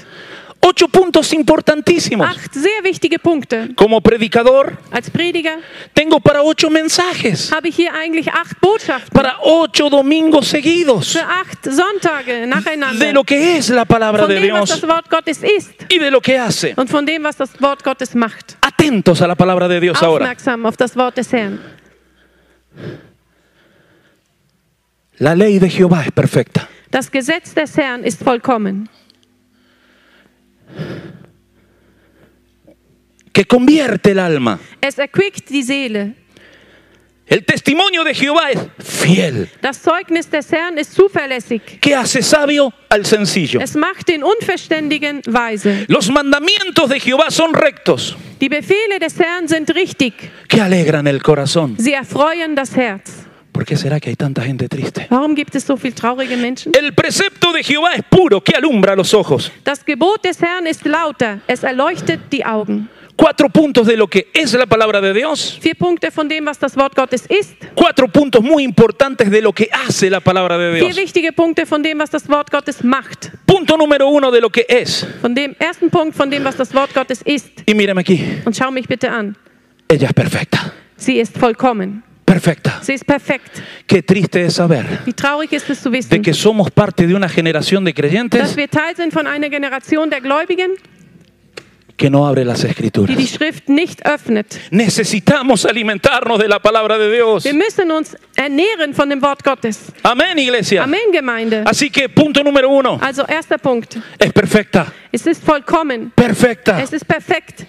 Speaker 2: Ocho puntos importantísimos.
Speaker 1: Acht sehr wichtige Punkte.
Speaker 2: Como predicador,
Speaker 1: Als Prediger
Speaker 2: tengo para ocho mensajes,
Speaker 1: habe ich hier eigentlich acht Botschaften
Speaker 2: para ocho domingos seguidos
Speaker 1: für acht Sonntage
Speaker 2: de
Speaker 1: nacheinander
Speaker 2: lo que es la palabra
Speaker 1: von
Speaker 2: de
Speaker 1: dem, was das
Speaker 2: Dios
Speaker 1: Wort Gottes ist
Speaker 2: y de lo que hace.
Speaker 1: und von dem, was das Wort Gottes macht.
Speaker 2: Atentos a la palabra de
Speaker 1: Ah,
Speaker 2: Dios ahora.
Speaker 1: Aufmerksam auf das Wort des Herrn.
Speaker 2: La ley de Jehová es perfecta.
Speaker 1: Das Gesetz des Herrn ist vollkommen,
Speaker 2: que convierte el alma.
Speaker 1: es erquickt die Seele.
Speaker 2: El testimonio de Jehová es fiel,
Speaker 1: Das Zeugnis des Herrn ist zuverlässig.
Speaker 2: que hace sabio al sencillo.
Speaker 1: Es macht den Unverständigen weise.
Speaker 2: Los mandamientos de Jehová son rectos,
Speaker 1: Die Befehle des Herrn sind richtig.
Speaker 2: que alegran el corazón.
Speaker 1: Sie erfreuen das Herz.
Speaker 2: ¿Por qué será que hay tanta gente triste?
Speaker 1: Warum gibt es so viel traurige Menschen?
Speaker 2: El precepto de Jehová es puro, que alumbra los ojos.
Speaker 1: Das Gebot des Herrn ist lauter. Es erleuchtet die Augen.
Speaker 2: Cuatro puntos de lo que es la palabra de Dios.
Speaker 1: Vier Punkte von dem, was das Wort Gottes ist.
Speaker 2: Cuatro puntos muy importantes de lo que hace la palabra de
Speaker 1: Vier
Speaker 2: Dios.
Speaker 1: wichtige Punkte von dem, was das Wort Gottes macht.
Speaker 2: Punto número uno de lo que es.
Speaker 1: Von dem ersten Punkt, von dem, was das Wort Gottes ist.
Speaker 2: Y mírame aquí.
Speaker 1: Und schau mich bitte an.
Speaker 2: Ella es perfecta.
Speaker 1: Sie ist vollkommen.
Speaker 2: Perfecta.
Speaker 1: Sie ist perfekt.
Speaker 2: Qué triste es saber
Speaker 1: Wie traurig ist es zu
Speaker 2: de
Speaker 1: wissen,
Speaker 2: que somos parte de una generación de
Speaker 1: dass
Speaker 2: creyentes
Speaker 1: wir Teil sind von einer Generation der Gläubigen,
Speaker 2: que no abre las
Speaker 1: die die
Speaker 2: escrituras.
Speaker 1: Schrift nicht öffnet.
Speaker 2: Necesitamos alimentarnos de la palabra de Dios.
Speaker 1: Wir müssen uns ernähren von dem Wort Gottes.
Speaker 2: Amén, iglesia.
Speaker 1: Amen, Gemeinde.
Speaker 2: Así que punto número uno,
Speaker 1: Also erster Punkt.
Speaker 2: es perfecta,
Speaker 1: Es ist vollkommen.
Speaker 2: perfecta.
Speaker 1: Es ist perfekt.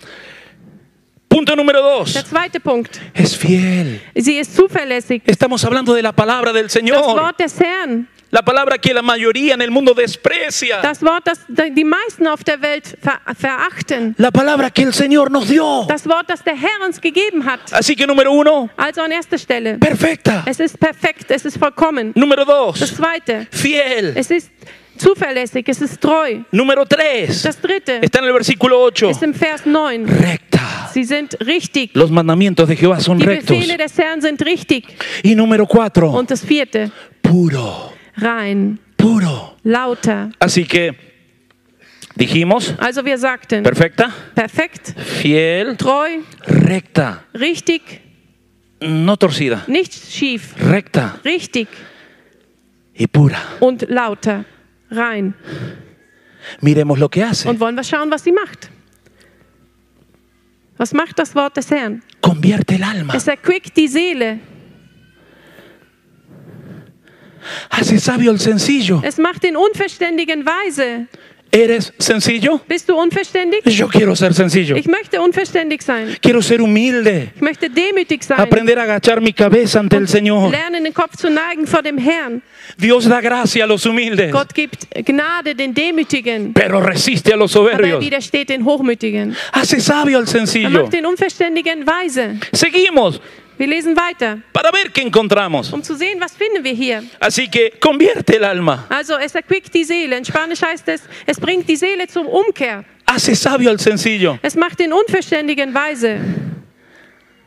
Speaker 2: Punto número dos,
Speaker 1: Der zweite Punkt.
Speaker 2: es fiel.
Speaker 1: Sie ist zuverlässig.
Speaker 2: Estamos hablando de la palabra del
Speaker 1: Das
Speaker 2: Señor.
Speaker 1: Wort des Herrn.
Speaker 2: La palabra que la mayoría en el mundo desprecia.
Speaker 1: Das Wort, das die meisten auf der Welt ver verachten.
Speaker 2: La palabra que el Señor nos dio.
Speaker 1: Das Wort, das der Herr uns gegeben hat.
Speaker 2: Así que número uno,
Speaker 1: Also an erster Stelle.
Speaker 2: perfecta.
Speaker 1: Es ist perfekt, es ist vollkommen.
Speaker 2: Número
Speaker 1: Das
Speaker 2: dos,
Speaker 1: zweite.
Speaker 2: fiel.
Speaker 1: Es ist zuverlässig, es ist treu.
Speaker 2: Número tres,
Speaker 1: Das dritte
Speaker 2: está en el versículo 8.
Speaker 1: ist im Vers 9.
Speaker 2: Recta.
Speaker 1: Sie sind richtig.
Speaker 2: Los mandamientos de Jehová son
Speaker 1: Die
Speaker 2: rectos.
Speaker 1: Befehle des Herrn sind richtig.
Speaker 2: Y número cuatro,
Speaker 1: Und das vierte,
Speaker 2: puro,
Speaker 1: rein,
Speaker 2: puro.
Speaker 1: lauter.
Speaker 2: Así que dijimos,
Speaker 1: Also wir sagten,
Speaker 2: perfecta,
Speaker 1: perfekt,
Speaker 2: fiel,
Speaker 1: treu,
Speaker 2: recta,
Speaker 1: richtig,
Speaker 2: no torcida,
Speaker 1: nicht schief,
Speaker 2: recta
Speaker 1: richtig
Speaker 2: y pura.
Speaker 1: und lauter, rein.
Speaker 2: Miremos lo que hace.
Speaker 1: Und wollen wir schauen, was sie macht. Was macht das Wort des Herrn?
Speaker 2: Convierte el alma.
Speaker 1: Es erquickt die Seele.
Speaker 2: Hace Ah, sabio el sencillo.
Speaker 1: Es macht den Unverständigen weise.
Speaker 2: ¿Eres sencillo?
Speaker 1: Bist du unverständig?
Speaker 2: Yo quiero ser sencillo.
Speaker 1: Ich möchte unverständig sein.
Speaker 2: Quiero ser humilde.
Speaker 1: Ich möchte demütig sein.
Speaker 2: Aprender a agachar mi cabeza ante el Señor.
Speaker 1: Lernen, den Kopf zu neigen vor dem Herrn.
Speaker 2: Dios da gracia a los humildes,
Speaker 1: Gott gibt Gnade den Demütigen,
Speaker 2: pero resiste a los
Speaker 1: aber er
Speaker 2: soberbios.
Speaker 1: widersteht den Hochmütigen.
Speaker 2: Hace sabio al
Speaker 1: Er
Speaker 2: sencillo.
Speaker 1: macht den Unverständigen weise.
Speaker 2: Seguimos
Speaker 1: Wir lesen weiter,
Speaker 2: para ver qué encontramos.
Speaker 1: um zu sehen, was finden wir hier.
Speaker 2: Así que convierte el alma.
Speaker 1: Also es erquickt die Seele. In Spanisch heißt es, es bringt die Seele zum Umkehr.
Speaker 2: Hace Ah, sabio al sencillo.
Speaker 1: Es macht den Unverständigen weise.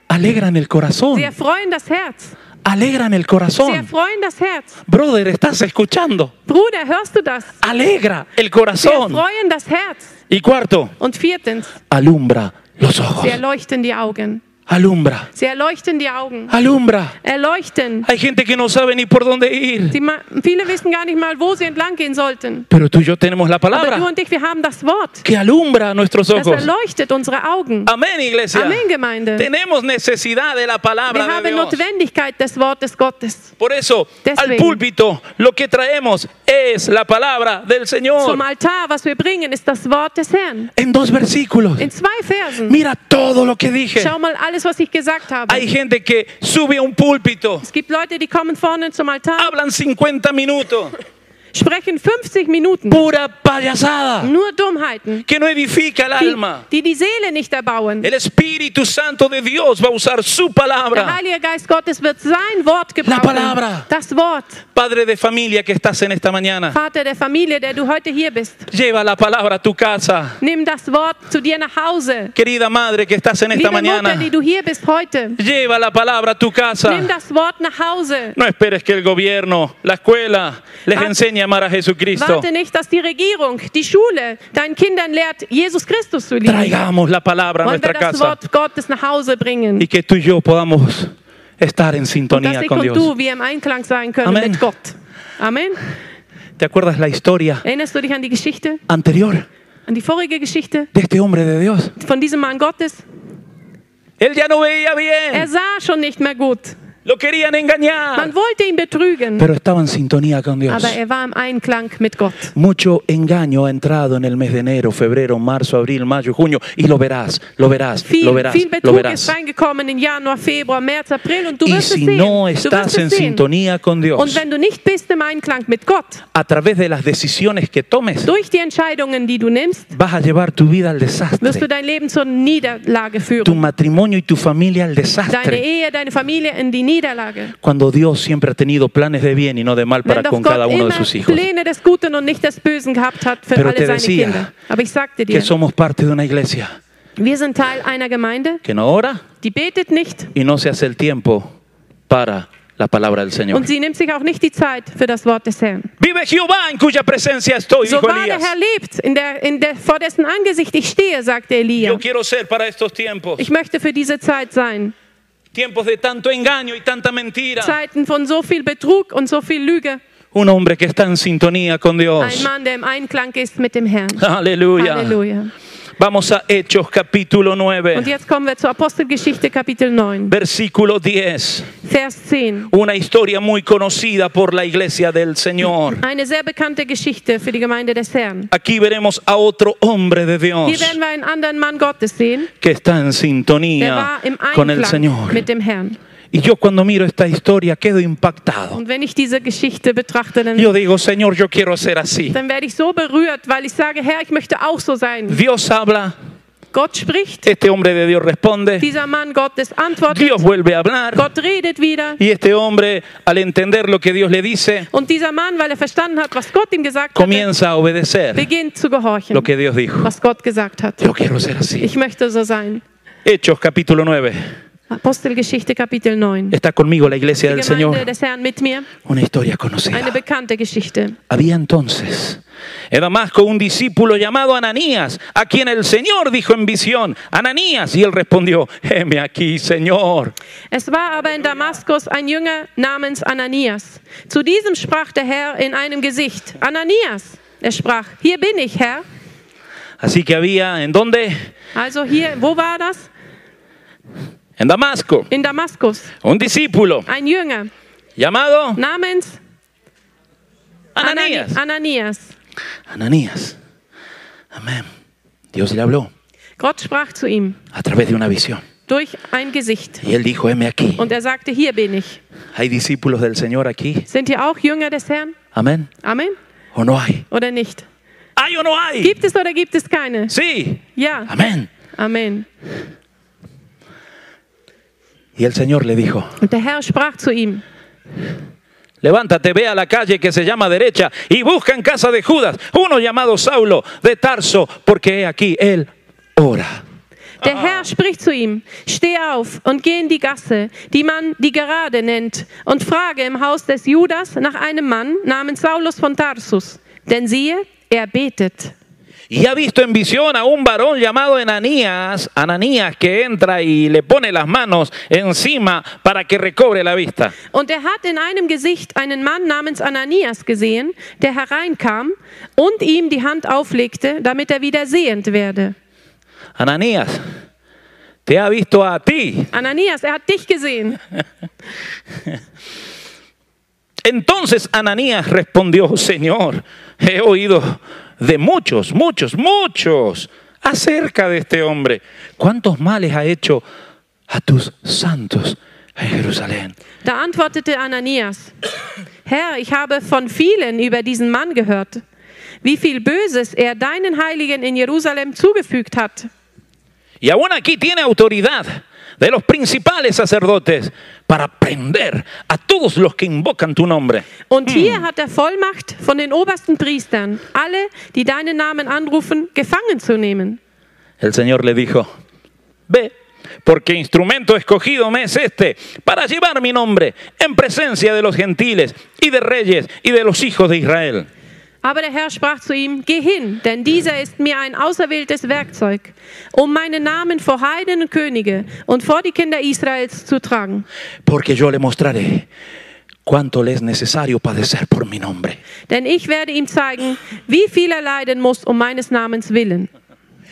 Speaker 2: Alegran el
Speaker 1: Sie
Speaker 2: corazón.
Speaker 1: erfreuen das Herz.
Speaker 2: Alegran el
Speaker 1: Sie
Speaker 2: corazón.
Speaker 1: erfreuen das Herz.
Speaker 2: Brother, estás escuchando.
Speaker 1: Bruder, hörst du das?
Speaker 2: Alegra el
Speaker 1: Sie
Speaker 2: corazón.
Speaker 1: erfreuen das Herz.
Speaker 2: Y cuarto,
Speaker 1: Und viertens,
Speaker 2: alumbra los ojos.
Speaker 1: sie erleuchten die Augen.
Speaker 2: Alumbra.
Speaker 1: Sie erleuchten die Augen.
Speaker 2: Alumbra.
Speaker 1: Erleuchten.
Speaker 2: Hay gente que no sabe ni por dónde ir.
Speaker 1: Sie ma- viele wissen gar nicht mal, wo sie entlang gehen sollten.
Speaker 2: Pero tú y yo tenemos la
Speaker 1: Aber du
Speaker 2: palabra
Speaker 1: und ich, wir haben das Wort.
Speaker 2: que alumbra nuestros
Speaker 1: Das
Speaker 2: ojos.
Speaker 1: erleuchtet unsere Augen.
Speaker 2: Amén, iglesia.
Speaker 1: Amén, Gemeinde.
Speaker 2: Tenemos necesidad de la
Speaker 1: Wir
Speaker 2: palabra de
Speaker 1: haben
Speaker 2: Dios.
Speaker 1: Notwendigkeit des Wortes Gottes.
Speaker 2: Por eso, al
Speaker 1: Deswegen.
Speaker 2: púlpito, lo que traemos es la palabra del
Speaker 1: Zum
Speaker 2: Señor.
Speaker 1: Altar, was wir bringen, ist das Wort des Herrn.
Speaker 2: En dos versículos.
Speaker 1: In zwei Versen.
Speaker 2: Mira todo lo que dije.
Speaker 1: Schau mal alles, was ich gesagt habe.
Speaker 2: Hay gente que sube a un púlpito,
Speaker 1: Es gibt Leute, die kommen vorne zum Altar,
Speaker 2: hablan 50 minutos,
Speaker 1: sprechen 50 Minuten.
Speaker 2: pura payasada,
Speaker 1: Nur Dummheiten,
Speaker 2: que no edifica el
Speaker 1: die
Speaker 2: alma.
Speaker 1: die, die Seele nicht erbauen.
Speaker 2: El Espíritu Santo de Dios va a usar su
Speaker 1: Der
Speaker 2: palabra.
Speaker 1: Heilige Geist Gottes wird sein Wort
Speaker 2: palabra.
Speaker 1: gebrauchen. Das Wort.
Speaker 2: Padre de familia que estás en esta mañana,
Speaker 1: Vater der Familie, der du heute hier bist.
Speaker 2: lleva la palabra a tu casa.
Speaker 1: Nimm das Wort zu dir nach Hause.
Speaker 2: Querida madre que estás en esta
Speaker 1: Liebe Mutter,
Speaker 2: mañana,
Speaker 1: die du hier bist heute,
Speaker 2: lleva la palabra a tu casa.
Speaker 1: nimm das Wort nach Hause.
Speaker 2: No esperes que el gobierno, la escuela, les
Speaker 1: Warte.
Speaker 2: enseñe a amar Ah. a Jesucristo.
Speaker 1: Warte nicht, dass die Regierung, die Schule deinen Kindern lehrt, Jesus Christus zu lieben.
Speaker 2: Traigamos la palabra a
Speaker 1: Wollen wir
Speaker 2: nuestra
Speaker 1: das
Speaker 2: casa
Speaker 1: Wort Gottes nach Hause bringen,
Speaker 2: y que tú y yo podamos estar en
Speaker 1: dass
Speaker 2: sintonía
Speaker 1: ich
Speaker 2: con
Speaker 1: und
Speaker 2: Dios.
Speaker 1: du wir im Einklang sein können
Speaker 2: Amen.
Speaker 1: mit Gott. Amen.
Speaker 2: ¿Te acuerdas la historia
Speaker 1: Erinnerst du dich an die Geschichte,
Speaker 2: anterior
Speaker 1: an die vorige Geschichte
Speaker 2: de este hombre de Dios?
Speaker 1: von diesem Mann Gottes?
Speaker 2: Él ya no veía
Speaker 1: Er
Speaker 2: bien,
Speaker 1: sah schon nicht mehr gut.
Speaker 2: lo querían engañar,
Speaker 1: Man wollte ihn betrügen,
Speaker 2: pero estaba en sintonía con Dios.
Speaker 1: aber er war im Einklang mit Gott.
Speaker 2: Mucho engaño ha entrado en el mes de enero, febrero, marzo, abril, mayo, junio, y lo verás, lo verás, lo
Speaker 1: Viel,
Speaker 2: verás,
Speaker 1: viel
Speaker 2: lo
Speaker 1: Betrug ist
Speaker 2: verás.
Speaker 1: reingekommen in Januar, Februar, März, April und du
Speaker 2: Y
Speaker 1: wirst
Speaker 2: si
Speaker 1: es sehen.
Speaker 2: no
Speaker 1: du wirst
Speaker 2: estás en
Speaker 1: es sehen.
Speaker 2: sintonía con
Speaker 1: Und
Speaker 2: Dios,
Speaker 1: wenn du nicht bist im Einklang mit Gott,
Speaker 2: a través de las decisiones que tomes,
Speaker 1: durch die Entscheidungen, die du nimmst,
Speaker 2: vas a llevar tu vida al
Speaker 1: wirst du
Speaker 2: desastre,
Speaker 1: dein Leben zur Niederlage
Speaker 2: tu
Speaker 1: führen.
Speaker 2: matrimonio y tu familia al
Speaker 1: Deine
Speaker 2: desastre,
Speaker 1: Ehe, deine Familie in die Niederlage.
Speaker 2: cuando Dios siempre ha tenido planes de bien y no de mal
Speaker 1: Wenn
Speaker 2: para
Speaker 1: doch
Speaker 2: con cada
Speaker 1: Gott
Speaker 2: uno de
Speaker 1: immer
Speaker 2: sus hijos.
Speaker 1: Pläne des Guten und nicht des Bösen gehabt hat für
Speaker 2: Pero
Speaker 1: alle
Speaker 2: te
Speaker 1: seine
Speaker 2: decía
Speaker 1: Kinder. Aber ich sagte
Speaker 2: Que
Speaker 1: dir,
Speaker 2: somos parte de una iglesia
Speaker 1: wir sind Teil einer Gemeinde,
Speaker 2: que no ora
Speaker 1: die betet nicht
Speaker 2: y no se hace el tiempo para la palabra del Señor.
Speaker 1: und sie nimmt sich auch nicht die Zeit für das Wort des Herrn.
Speaker 2: Vive Jehová en cuya presencia estoy,
Speaker 1: So
Speaker 2: dijo
Speaker 1: wahr der
Speaker 2: Elías.
Speaker 1: Herr lebt, in der, in der, vor dessen Angesicht ich stehe, sagte Elia.
Speaker 2: Yo quiero ser para estos tiempos,
Speaker 1: Ich möchte für diese Zeit sein.
Speaker 2: tiempos de tanto engaño y tanta mentira.
Speaker 1: Zeiten von so viel Betrug und so viel Lüge.
Speaker 2: Un hombre que está en sintonía con
Speaker 1: Ein
Speaker 2: Dios.
Speaker 1: Mann, der im Einklang ist mit dem Herrn.
Speaker 2: Aleluya.
Speaker 1: Halleluja.
Speaker 2: Vamos a Hechos capítulo
Speaker 1: Und
Speaker 2: 9,
Speaker 1: jetzt kommen wir zur Apostelgeschichte Kapitel 9,
Speaker 2: versículo 10.
Speaker 1: Vers 10.
Speaker 2: Una historia muy conocida por la iglesia del Señor.
Speaker 1: Eine sehr bekannte Geschichte für die Gemeinde des Herrn.
Speaker 2: Aquí veremos a otro hombre de
Speaker 1: Hier
Speaker 2: Dios
Speaker 1: werden wir einen anderen Mann Gottes sehen,
Speaker 2: que está en
Speaker 1: der
Speaker 2: sintonía
Speaker 1: war im
Speaker 2: con el
Speaker 1: Einklang
Speaker 2: Señor
Speaker 1: mit dem Herrn.
Speaker 2: Y yo cuando miro esta historia quedo impactado.
Speaker 1: Und wenn ich diese Geschichte betrachte, dann,
Speaker 2: Yo digo, Señor, yo quiero ser así.
Speaker 1: dann werde ich so berührt, weil ich sage, Herr, ich möchte auch so sein.
Speaker 2: Dios habla,
Speaker 1: Gott spricht,
Speaker 2: este hombre de Dios responde,
Speaker 1: dieser Mann Gottes antwortet,
Speaker 2: Dios vuelve a hablar
Speaker 1: Gott redet wieder.
Speaker 2: y este hombre, al entender lo que Dios le dice,
Speaker 1: Und dieser Mann, weil er verstanden hat, was Gott ihm gesagt hat,
Speaker 2: comienza a obedecer
Speaker 1: beginnt zu gehorchen,
Speaker 2: lo que Dios dijo.
Speaker 1: was Gott gesagt hat.
Speaker 2: Yo quiero ser así.
Speaker 1: Ich möchte so sein.
Speaker 2: Hechos capítulo 9.
Speaker 1: Apostelgeschichte Kapitel 9.
Speaker 2: Está conmigo la iglesia
Speaker 1: Die
Speaker 2: del
Speaker 1: Gemeinde
Speaker 2: Señor.
Speaker 1: des Herrn mit mir,
Speaker 2: Una historia conocida.
Speaker 1: eine bekannte Geschichte.
Speaker 2: Había entonces en Damasco un discípulo llamado Ananías, a quien el Señor dijo en visión, Ananías, y él respondió, heme aquí, Señor.
Speaker 1: Es war aber in Damaskus ein Jünger namens Ananias. Zu diesem sprach der Herr in einem Gesicht, Ananias. Er sprach, hier bin ich, Herr.
Speaker 2: Así que había, ¿en dónde?
Speaker 1: Also hier, wo war das?
Speaker 2: En Damasco,
Speaker 1: In Damaskus.
Speaker 2: un discípulo
Speaker 1: Ein Jünger
Speaker 2: llamado
Speaker 1: namens Anani-
Speaker 2: Ananías.
Speaker 1: Ananias.
Speaker 2: Ananías. Amén. Dios le habló
Speaker 1: Gott sprach zu ihm
Speaker 2: a través de una visión.
Speaker 1: durch ein Gesicht.
Speaker 2: Y él dijo, heme aquí.
Speaker 1: Und er sagte, hier bin ich.
Speaker 2: ¿Hay discípulos del Señor aquí?
Speaker 1: Sind hier auch Jünger des Herrn?
Speaker 2: Amén.
Speaker 1: Amen.
Speaker 2: ¿O no hay?
Speaker 1: Oder nicht?
Speaker 2: ¿Hay o no hay?
Speaker 1: Gibt es oder gibt es keine?
Speaker 2: Sí.
Speaker 1: Ja.
Speaker 2: Amén.
Speaker 1: Amen.
Speaker 2: Y el Señor le dijo,
Speaker 1: Und der Herr sprach zu ihm,
Speaker 2: Levántate, ve a la calle que se llama derecha y busca en casa de Judas, uno llamado Saulo de Tarso, porque he aquí él ora.
Speaker 1: Der Herr spricht zu ihm: Steh auf und geh in die Gasse, die man die Gerade nennt, und frage im Haus des Judas nach einem Mann namens Saulus von Tarsus. Denn siehe, er betet.
Speaker 2: Y ha visto en visión a un varón llamado Ananías, Ananías que entra y le pone las manos encima para que recobre la vista.
Speaker 1: Und er hat in einem Gesicht einen Mann namens Ananias gesehen, der hereinkam und ihm die Hand auflegte, damit er wieder sehend werde.
Speaker 2: Ananías, te ha visto a ti.
Speaker 1: Ananias, er hat dich gesehen.
Speaker 2: Entonces Ananías respondió, Señor, he oído de muchos, muchos, muchos acerca de este hombre. ¿Cuántos males ha hecho a tus santos en Jerusalén?
Speaker 1: Da antwortete Ananias, Herr, ich habe von vielen über diesen Mann gehört, wie viel Böses er deinen Heiligen in Jerusalem zugefügt hat.
Speaker 2: Y aún aquí tiene autoridad de los principales sacerdotes para prender a todos los que invocan tu nombre.
Speaker 1: Und hier hat er Vollmacht von den obersten Priestern, alle, die deinen Namen anrufen, gefangen zu nehmen.
Speaker 2: El Señor le dijo, ve, porque instrumento escogido me es este para llevar mi nombre en presencia de los gentiles y de reyes y de los hijos de Israel.
Speaker 1: Aber der Herr sprach zu ihm, Geh hin, denn dieser ist mir ein auserwähltes Werkzeug, um meinen Namen vor Heiden und Könige und vor die Kinder Israels zu tragen.
Speaker 2: Porque yo le mostraré cuánto le es necesario padecer por mi nombre.
Speaker 1: Denn ich werde ihm zeigen, wie viel er leiden muss um meines Namens willen.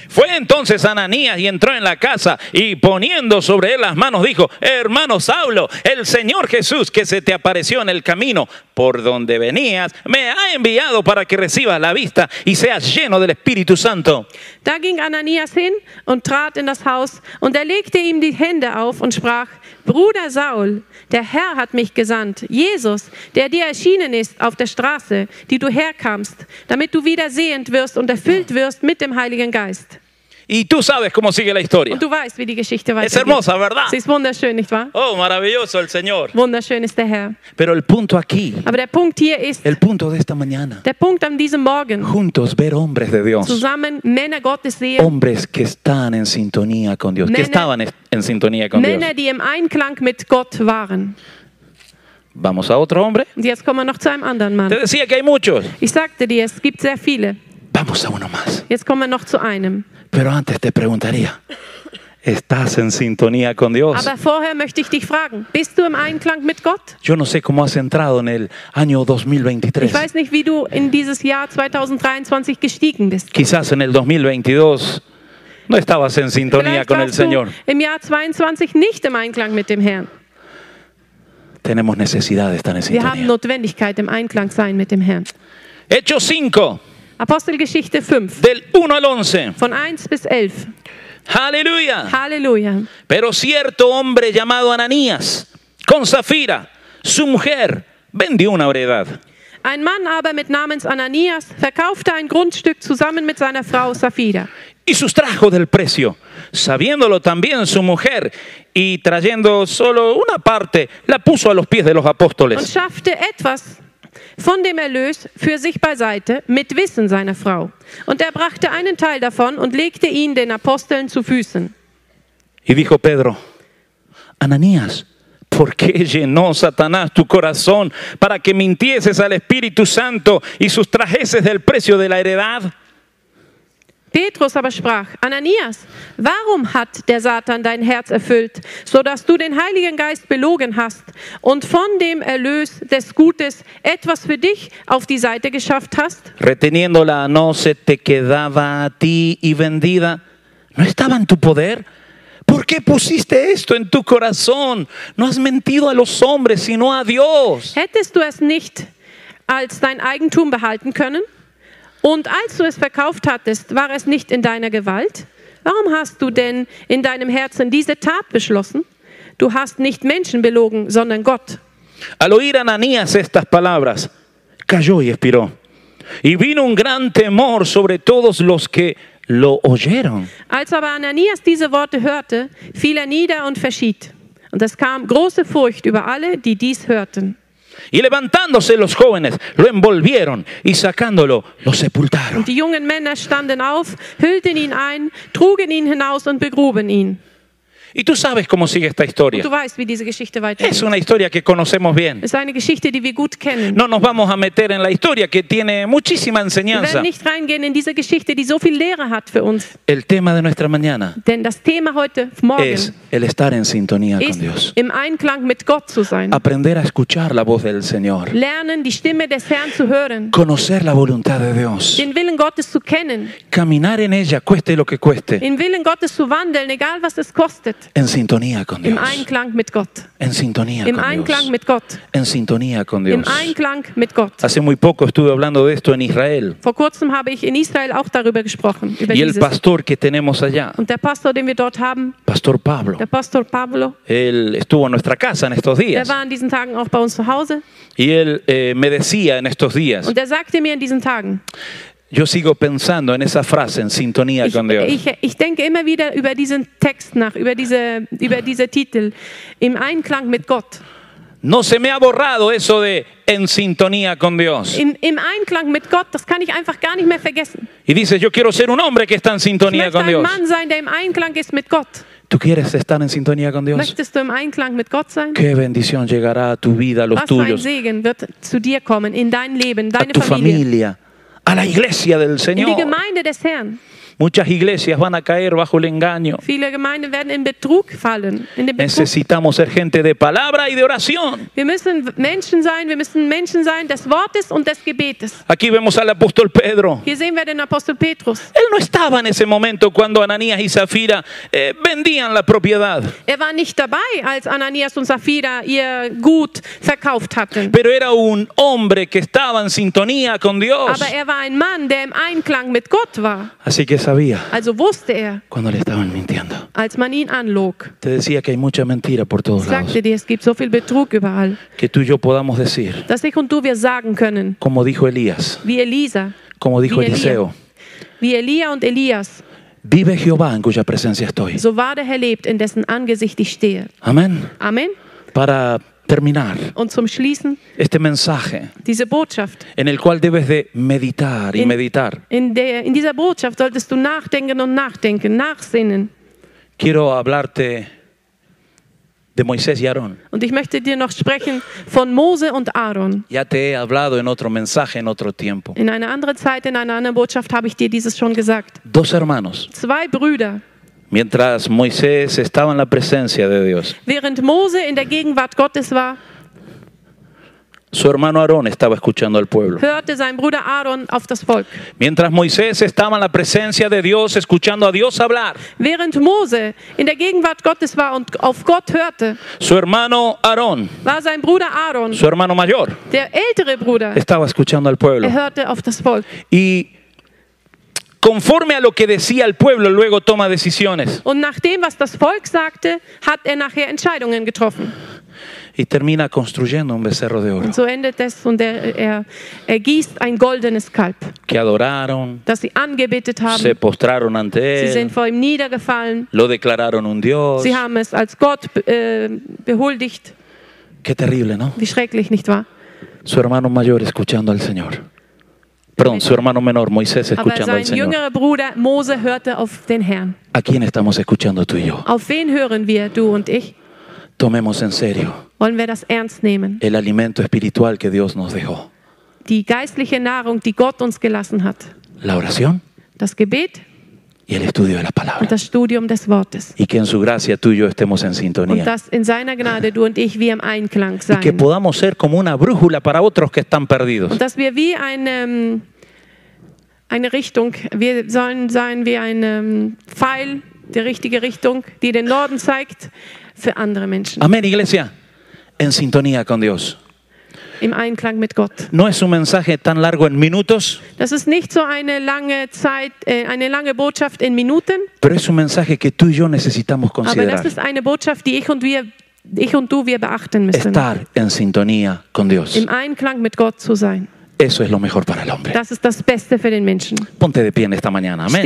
Speaker 2: Fue entonces Ananías y entró en la casa y poniendo sobre él las manos dijo, hermano Saulo, el Señor Jesús que se te apareció en el camino por donde venías, me ha enviado para que recibas la vista y seas lleno del Espíritu Santo.
Speaker 1: Da ging Ananias hin und trat in das Haus, und er legte ihm die Hände auf und sprach, Bruder Saul, der Herr hat mich gesandt, Jesus, der dir erschienen ist auf der Straße, die du herkamst, damit du wieder sehend wirst und erfüllt wirst mit dem Heiligen Geist.
Speaker 2: Y tú sabes cómo sigue la historia.
Speaker 1: Und du weißt, wie die Geschichte
Speaker 2: Es
Speaker 1: weitergeht.
Speaker 2: hermosa, ¿verdad?
Speaker 1: Sie ist wunderschön, nicht wahr?
Speaker 2: Oh, maravilloso el Señor.
Speaker 1: Wunderschön ist der Herr.
Speaker 2: Pero el punto aquí,
Speaker 1: Aber der Punkt hier ist,
Speaker 2: el punto de esta mañana,
Speaker 1: der Punkt an diesem Morgen,
Speaker 2: juntos ver hombres de Dios.
Speaker 1: zusammen Männer Gottes sehen,
Speaker 2: hombres que están en sintonía con Dios, que
Speaker 1: Mene-
Speaker 2: estaban es- en sintonía con Dios.
Speaker 1: Männer, die im Einklang mit Gott waren.
Speaker 2: Vamos a otro hombre.
Speaker 1: Und jetzt kommen wir noch zu einem anderen Mann.
Speaker 2: Te decía que hay muchos.
Speaker 1: Ich sagte dir, es gibt sehr viele.
Speaker 2: Vamos a uno más.
Speaker 1: Jetzt kommen wir noch zu einem.
Speaker 2: Pero antes te preguntaría, ¿estás en sintonía con Dios?
Speaker 1: Aber vorher möchte ich dich fragen, bist du im Einklang mit Gott?
Speaker 2: Yo no sé cómo has entrado en el año
Speaker 1: Ich
Speaker 2: 2023.
Speaker 1: weiß nicht, wie du in dieses Jahr 2023 gestiegen bist.
Speaker 2: Quizás en el 2022 no estabas en sintonía
Speaker 1: Vielleicht
Speaker 2: con el
Speaker 1: warst du
Speaker 2: Señor.
Speaker 1: im Jahr 22 nicht im Einklang mit dem Herrn.
Speaker 2: Tenemos necesidad de estar en
Speaker 1: Wir haben
Speaker 2: sintonía.
Speaker 1: Notwendigkeit im Einklang sein mit dem Herrn.
Speaker 2: Hechos 5,
Speaker 1: Apostelgeschichte 5,
Speaker 2: del 1 al 11.
Speaker 1: von 1 bis 11.
Speaker 2: Aleluya.
Speaker 1: Halleluja.
Speaker 2: Pero cierto hombre llamado Ananías, con Zafira, su mujer, vendió una heredad.
Speaker 1: Ein Mann aber mit namens Ananias verkaufte ein Grundstück zusammen mit seiner Frau Sapphira
Speaker 2: y sustrajo del precio, sabiéndolo también su mujer, y trayendo solo una parte, la puso a los pies de los
Speaker 1: und
Speaker 2: apóstoles.
Speaker 1: schaffte etwas von dem Erlös für sich beiseite mit Wissen seiner Frau. Und er brachte einen Teil davon und legte ihn den Aposteln zu Füßen.
Speaker 2: Y dijo Pedro, Ananías, ¿por qué llenó Satanás tu corazón para que mintieses al Espíritu Santo y sustrajeses del precio de la heredad?
Speaker 1: Petrus aber sprach, Ananias, warum hat der Satan dein Herz erfüllt, so dass du den Heiligen Geist belogen hast und von dem Erlös des Gutes etwas für dich auf die Seite geschafft hast?
Speaker 2: Reteniéndola no se te quedaba a ti y vendida. ¿No estaba en tu poder? ¿Por qué pusiste esto en tu corazón? No has mentido a los hombres, sino a Dios.
Speaker 1: Hättest du es nicht als dein Eigentum behalten können? Und als du es verkauft hattest, war es nicht in deiner Gewalt? Warum hast du denn in deinem Herzen diese Tat beschlossen? Du hast nicht Menschen belogen, sondern Gott.
Speaker 2: Al oír Ananías estas palabras, cayó y expiró. Y vino un gran temor sobre todos los que lo oyeron.
Speaker 1: Als aber Ananias diese Worte hörte, fiel er nieder und verschied. Und es kam große Furcht über alle, die dies hörten.
Speaker 2: Y levantándose los jóvenes, lo envolvieron y sacándolo, lo sepultaron.
Speaker 1: Die jungen Männer standen auf, hüllten ihn ein, trugen ihn hinaus und begruben ihn.
Speaker 2: Y tú sabes cómo sigue esta historia.
Speaker 1: Du weißt, wie diese Geschichte weitergeht.
Speaker 2: Es una historia que conocemos bien.
Speaker 1: Es ist eine Geschichte, die wir gut kennen.
Speaker 2: No nos vamos a meter en la historia que tiene muchísima
Speaker 1: Wir
Speaker 2: enseñanza.
Speaker 1: werden nicht reingehen in diese Geschichte, die so viel Lehre hat für uns.
Speaker 2: El tema de nuestra mañana
Speaker 1: Denn das Thema heute Morgen
Speaker 2: es el estar en sintonía con
Speaker 1: ist,
Speaker 2: Dios.
Speaker 1: im Einklang mit Gott zu sein.
Speaker 2: Aprender a escuchar la voz del Señor.
Speaker 1: Lernen, die Stimme des Herrn zu hören,
Speaker 2: Conocer la voluntad de Dios.
Speaker 1: den Willen Gottes zu kennen,
Speaker 2: Caminar en ella, cueste lo que cueste.
Speaker 1: im Willen Gottes zu wandeln, egal was es kostet.
Speaker 2: En sintonía con
Speaker 1: Im
Speaker 2: Dios.
Speaker 1: Einklang mit Gott.
Speaker 2: En sintonía
Speaker 1: Im
Speaker 2: con
Speaker 1: Einklang
Speaker 2: Dios.
Speaker 1: mit Gott.
Speaker 2: En sintonía con
Speaker 1: Im
Speaker 2: Dios.
Speaker 1: Einklang mit Gott.
Speaker 2: Hace muy poco estuve hablando de esto en Israel.
Speaker 1: Vor kurzem habe ich in Israel auch darüber gesprochen, über
Speaker 2: Y el
Speaker 1: dieses.
Speaker 2: pastor que tenemos allá,
Speaker 1: Und der Pastor, den wir dort haben,
Speaker 2: Pastor Pablo,
Speaker 1: der Pastor Pablo,
Speaker 2: él estuvo en nuestra casa en estos
Speaker 1: der
Speaker 2: días.
Speaker 1: war in diesen Tagen auch bei uns zu Hause.
Speaker 2: Y él eh, me decía en estos días,
Speaker 1: Und er sagte mir in diesen Tagen,
Speaker 2: Yo sigo pensando en esa frase, en sintonía
Speaker 1: ich,
Speaker 2: con Dios.
Speaker 1: ich, ich denke immer wieder über diesen Text nach, über diese, über diese Titel, im Einklang mit Gott.
Speaker 2: no se me ha borrado eso de en sintonía con Dios.
Speaker 1: Im, Im Einklang mit Gott, das kann ich einfach gar nicht mehr vergessen.
Speaker 2: Y dice, yo quiero ser un hombre que está en
Speaker 1: Ich
Speaker 2: sintonía
Speaker 1: möchte
Speaker 2: con
Speaker 1: ein
Speaker 2: Dios.
Speaker 1: Mann sein, der im Einklang ist mit Gott.
Speaker 2: ¿Tú quieres estar en sintonía con Dios?
Speaker 1: Möchtest du im Einklang mit Gott sein?
Speaker 2: Qué bendición llegará a tu vida, a los
Speaker 1: Was für ein
Speaker 2: tuyos,
Speaker 1: Segen wird zu dir kommen in dein Leben,
Speaker 2: a
Speaker 1: deine
Speaker 2: tu
Speaker 1: Familie,
Speaker 2: familia, a la iglesia del
Speaker 1: in die
Speaker 2: Señor.
Speaker 1: Gemeinde des Herrn.
Speaker 2: Muchas iglesias van a caer bajo el engaño.
Speaker 1: Viele Gemeinden werden in Betrug fallen, in den Betrug.
Speaker 2: Necesitamos ser gente de palabra y de oración.
Speaker 1: Wir müssen Menschen sein, wir müssen Menschen sein des Wortes und des Gebetes.
Speaker 2: Aquí vemos al apóstol Pedro.
Speaker 1: Hier sehen wir den Apostel Petrus.
Speaker 2: Él no estaba en ese momento cuando Ananías y Zafira eh, vendían la propiedad.
Speaker 1: Er war nicht dabei, als Ananias und Sapphira ihr Gut verkauft hatten.
Speaker 2: pero era un hombre que estaba en sintonía con Dios.
Speaker 1: Aber er war ein Mann, der im Einklang mit Gott war.
Speaker 2: Así que sabía
Speaker 1: Also wusste er,
Speaker 2: cuando le estaban mintiendo.
Speaker 1: als man ihn anlog,
Speaker 2: Te decía que hay mucha mentira por todos lados.
Speaker 1: sagte dir, es gibt so viel Betrug überall,
Speaker 2: Que tú y yo podamos decir,
Speaker 1: dass ich und du wir sagen können,
Speaker 2: como dijo Elías,
Speaker 1: wie Elisa,
Speaker 2: como dijo
Speaker 1: Bien, Elías.
Speaker 2: Eliseo,
Speaker 1: wie Elia und Elias,
Speaker 2: vive Jehová en cuya presencia estoy.
Speaker 1: so wahr der Herr lebt, in dessen Angesicht ich stehe.
Speaker 2: Amén.
Speaker 1: Amen.
Speaker 2: Para terminar
Speaker 1: Und zum Schließen
Speaker 2: este mensaje
Speaker 1: diese Botschaft.
Speaker 2: en el cual debes de meditar y
Speaker 1: Bien.
Speaker 2: meditar.
Speaker 1: In, der, in dieser Botschaft solltest du nachdenken und nachdenken, nachsinnen.
Speaker 2: Quiero hablarte de Moisés y Aarón.
Speaker 1: Und ich möchte dir noch sprechen von Mose und Aaron.
Speaker 2: Ya te he hablado en otro mensaje, en otro tiempo.
Speaker 1: In einer anderen Zeit, in einer anderen Botschaft habe ich dir dieses schon gesagt.
Speaker 2: Dos hermanos
Speaker 1: Zwei Brüder.
Speaker 2: Mientras Moisés estaba en la presencia de Dios,
Speaker 1: Während Mose in der Gegenwart Gottes war,
Speaker 2: su hermano Aarón estaba escuchando al pueblo.
Speaker 1: hörte sein Bruder Aaron auf das Volk.
Speaker 2: Mientras Moisés estaba en la presencia de Dios, escuchando a Dios hablar,
Speaker 1: Während Mose in der Gegenwart Gottes war und auf Gott hörte,
Speaker 2: su hermano Aarón,
Speaker 1: war sein Bruder Aaron,
Speaker 2: su hermano mayor,
Speaker 1: der ältere Bruder,
Speaker 2: estaba escuchando al pueblo.
Speaker 1: er hörte auf das Volk.
Speaker 2: Y conforme a lo que decía el pueblo, luego toma decisiones.
Speaker 1: Und nach dem, was das Volk sagte, hat er nachher Entscheidungen getroffen.
Speaker 2: y termina construyendo un becerro de oro.
Speaker 1: Und so endet es und er, er, er gießt ein goldenes Kalb,
Speaker 2: Que adoraron,
Speaker 1: das sie angebetet
Speaker 2: se
Speaker 1: haben.
Speaker 2: postraron ante
Speaker 1: Sie sind
Speaker 2: él,
Speaker 1: vor ihm niedergefallen.
Speaker 2: lo declararon un Dios.
Speaker 1: Sie haben es als Gott äh, behuldigt.
Speaker 2: Qué terrible, ¿no?
Speaker 1: Wie schrecklich, nicht wahr?
Speaker 2: Su hermano mayor escuchando al Señor. Perdón, su hermano menor, Moisés,
Speaker 1: Aber
Speaker 2: escuchando al
Speaker 1: sein
Speaker 2: Señor.
Speaker 1: jüngerer Bruder Mose hörte auf den Herrn.
Speaker 2: ¿A quién estamos escuchando tú y yo?
Speaker 1: Auf wen hören wir, du und ich?
Speaker 2: Tomemos en serio
Speaker 1: Wollen wir das ernst nehmen?
Speaker 2: el alimento espiritual que Dios nos dejó.
Speaker 1: Die geistliche Nahrung, die Gott uns gelassen hat.
Speaker 2: La oración
Speaker 1: Das Gebet
Speaker 2: y el estudio de la
Speaker 1: und
Speaker 2: palabra.
Speaker 1: das Studium des Wortes.
Speaker 2: Y que en su gracia tú y yo estemos en
Speaker 1: Und
Speaker 2: sintonía.
Speaker 1: dass in seiner Gnade du und ich wir im Einklang
Speaker 2: Y que
Speaker 1: sein.
Speaker 2: podamos ser como una brújula para otros que están perdidos.
Speaker 1: Und dass wir wie ein, ähm, eine Richtung, wir sollen sein wie ein ähm, Pfeil, die richtige Richtung, die den Norden zeigt für andere Menschen.
Speaker 2: Amén, iglesia. En sintonía con Dios.
Speaker 1: Im Einklang mit Gott.
Speaker 2: No es un mensaje tan largo en minutos,
Speaker 1: Das ist nicht so eine lange Zeit, äh, eine lange Botschaft in Minuten,
Speaker 2: pero es un mensaje que tú y yo necesitamos
Speaker 1: aber das
Speaker 2: considerar.
Speaker 1: ist eine Botschaft, die ich und wir, ich und du, wir beachten müssen.
Speaker 2: Estar en sintonía con Dios.
Speaker 1: Im Einklang mit Gott zu sein.
Speaker 2: Eso es lo mejor para el hombre.
Speaker 1: Das ist das Beste für den Menschen.
Speaker 2: Ponte de pie en esta mañana. Amén.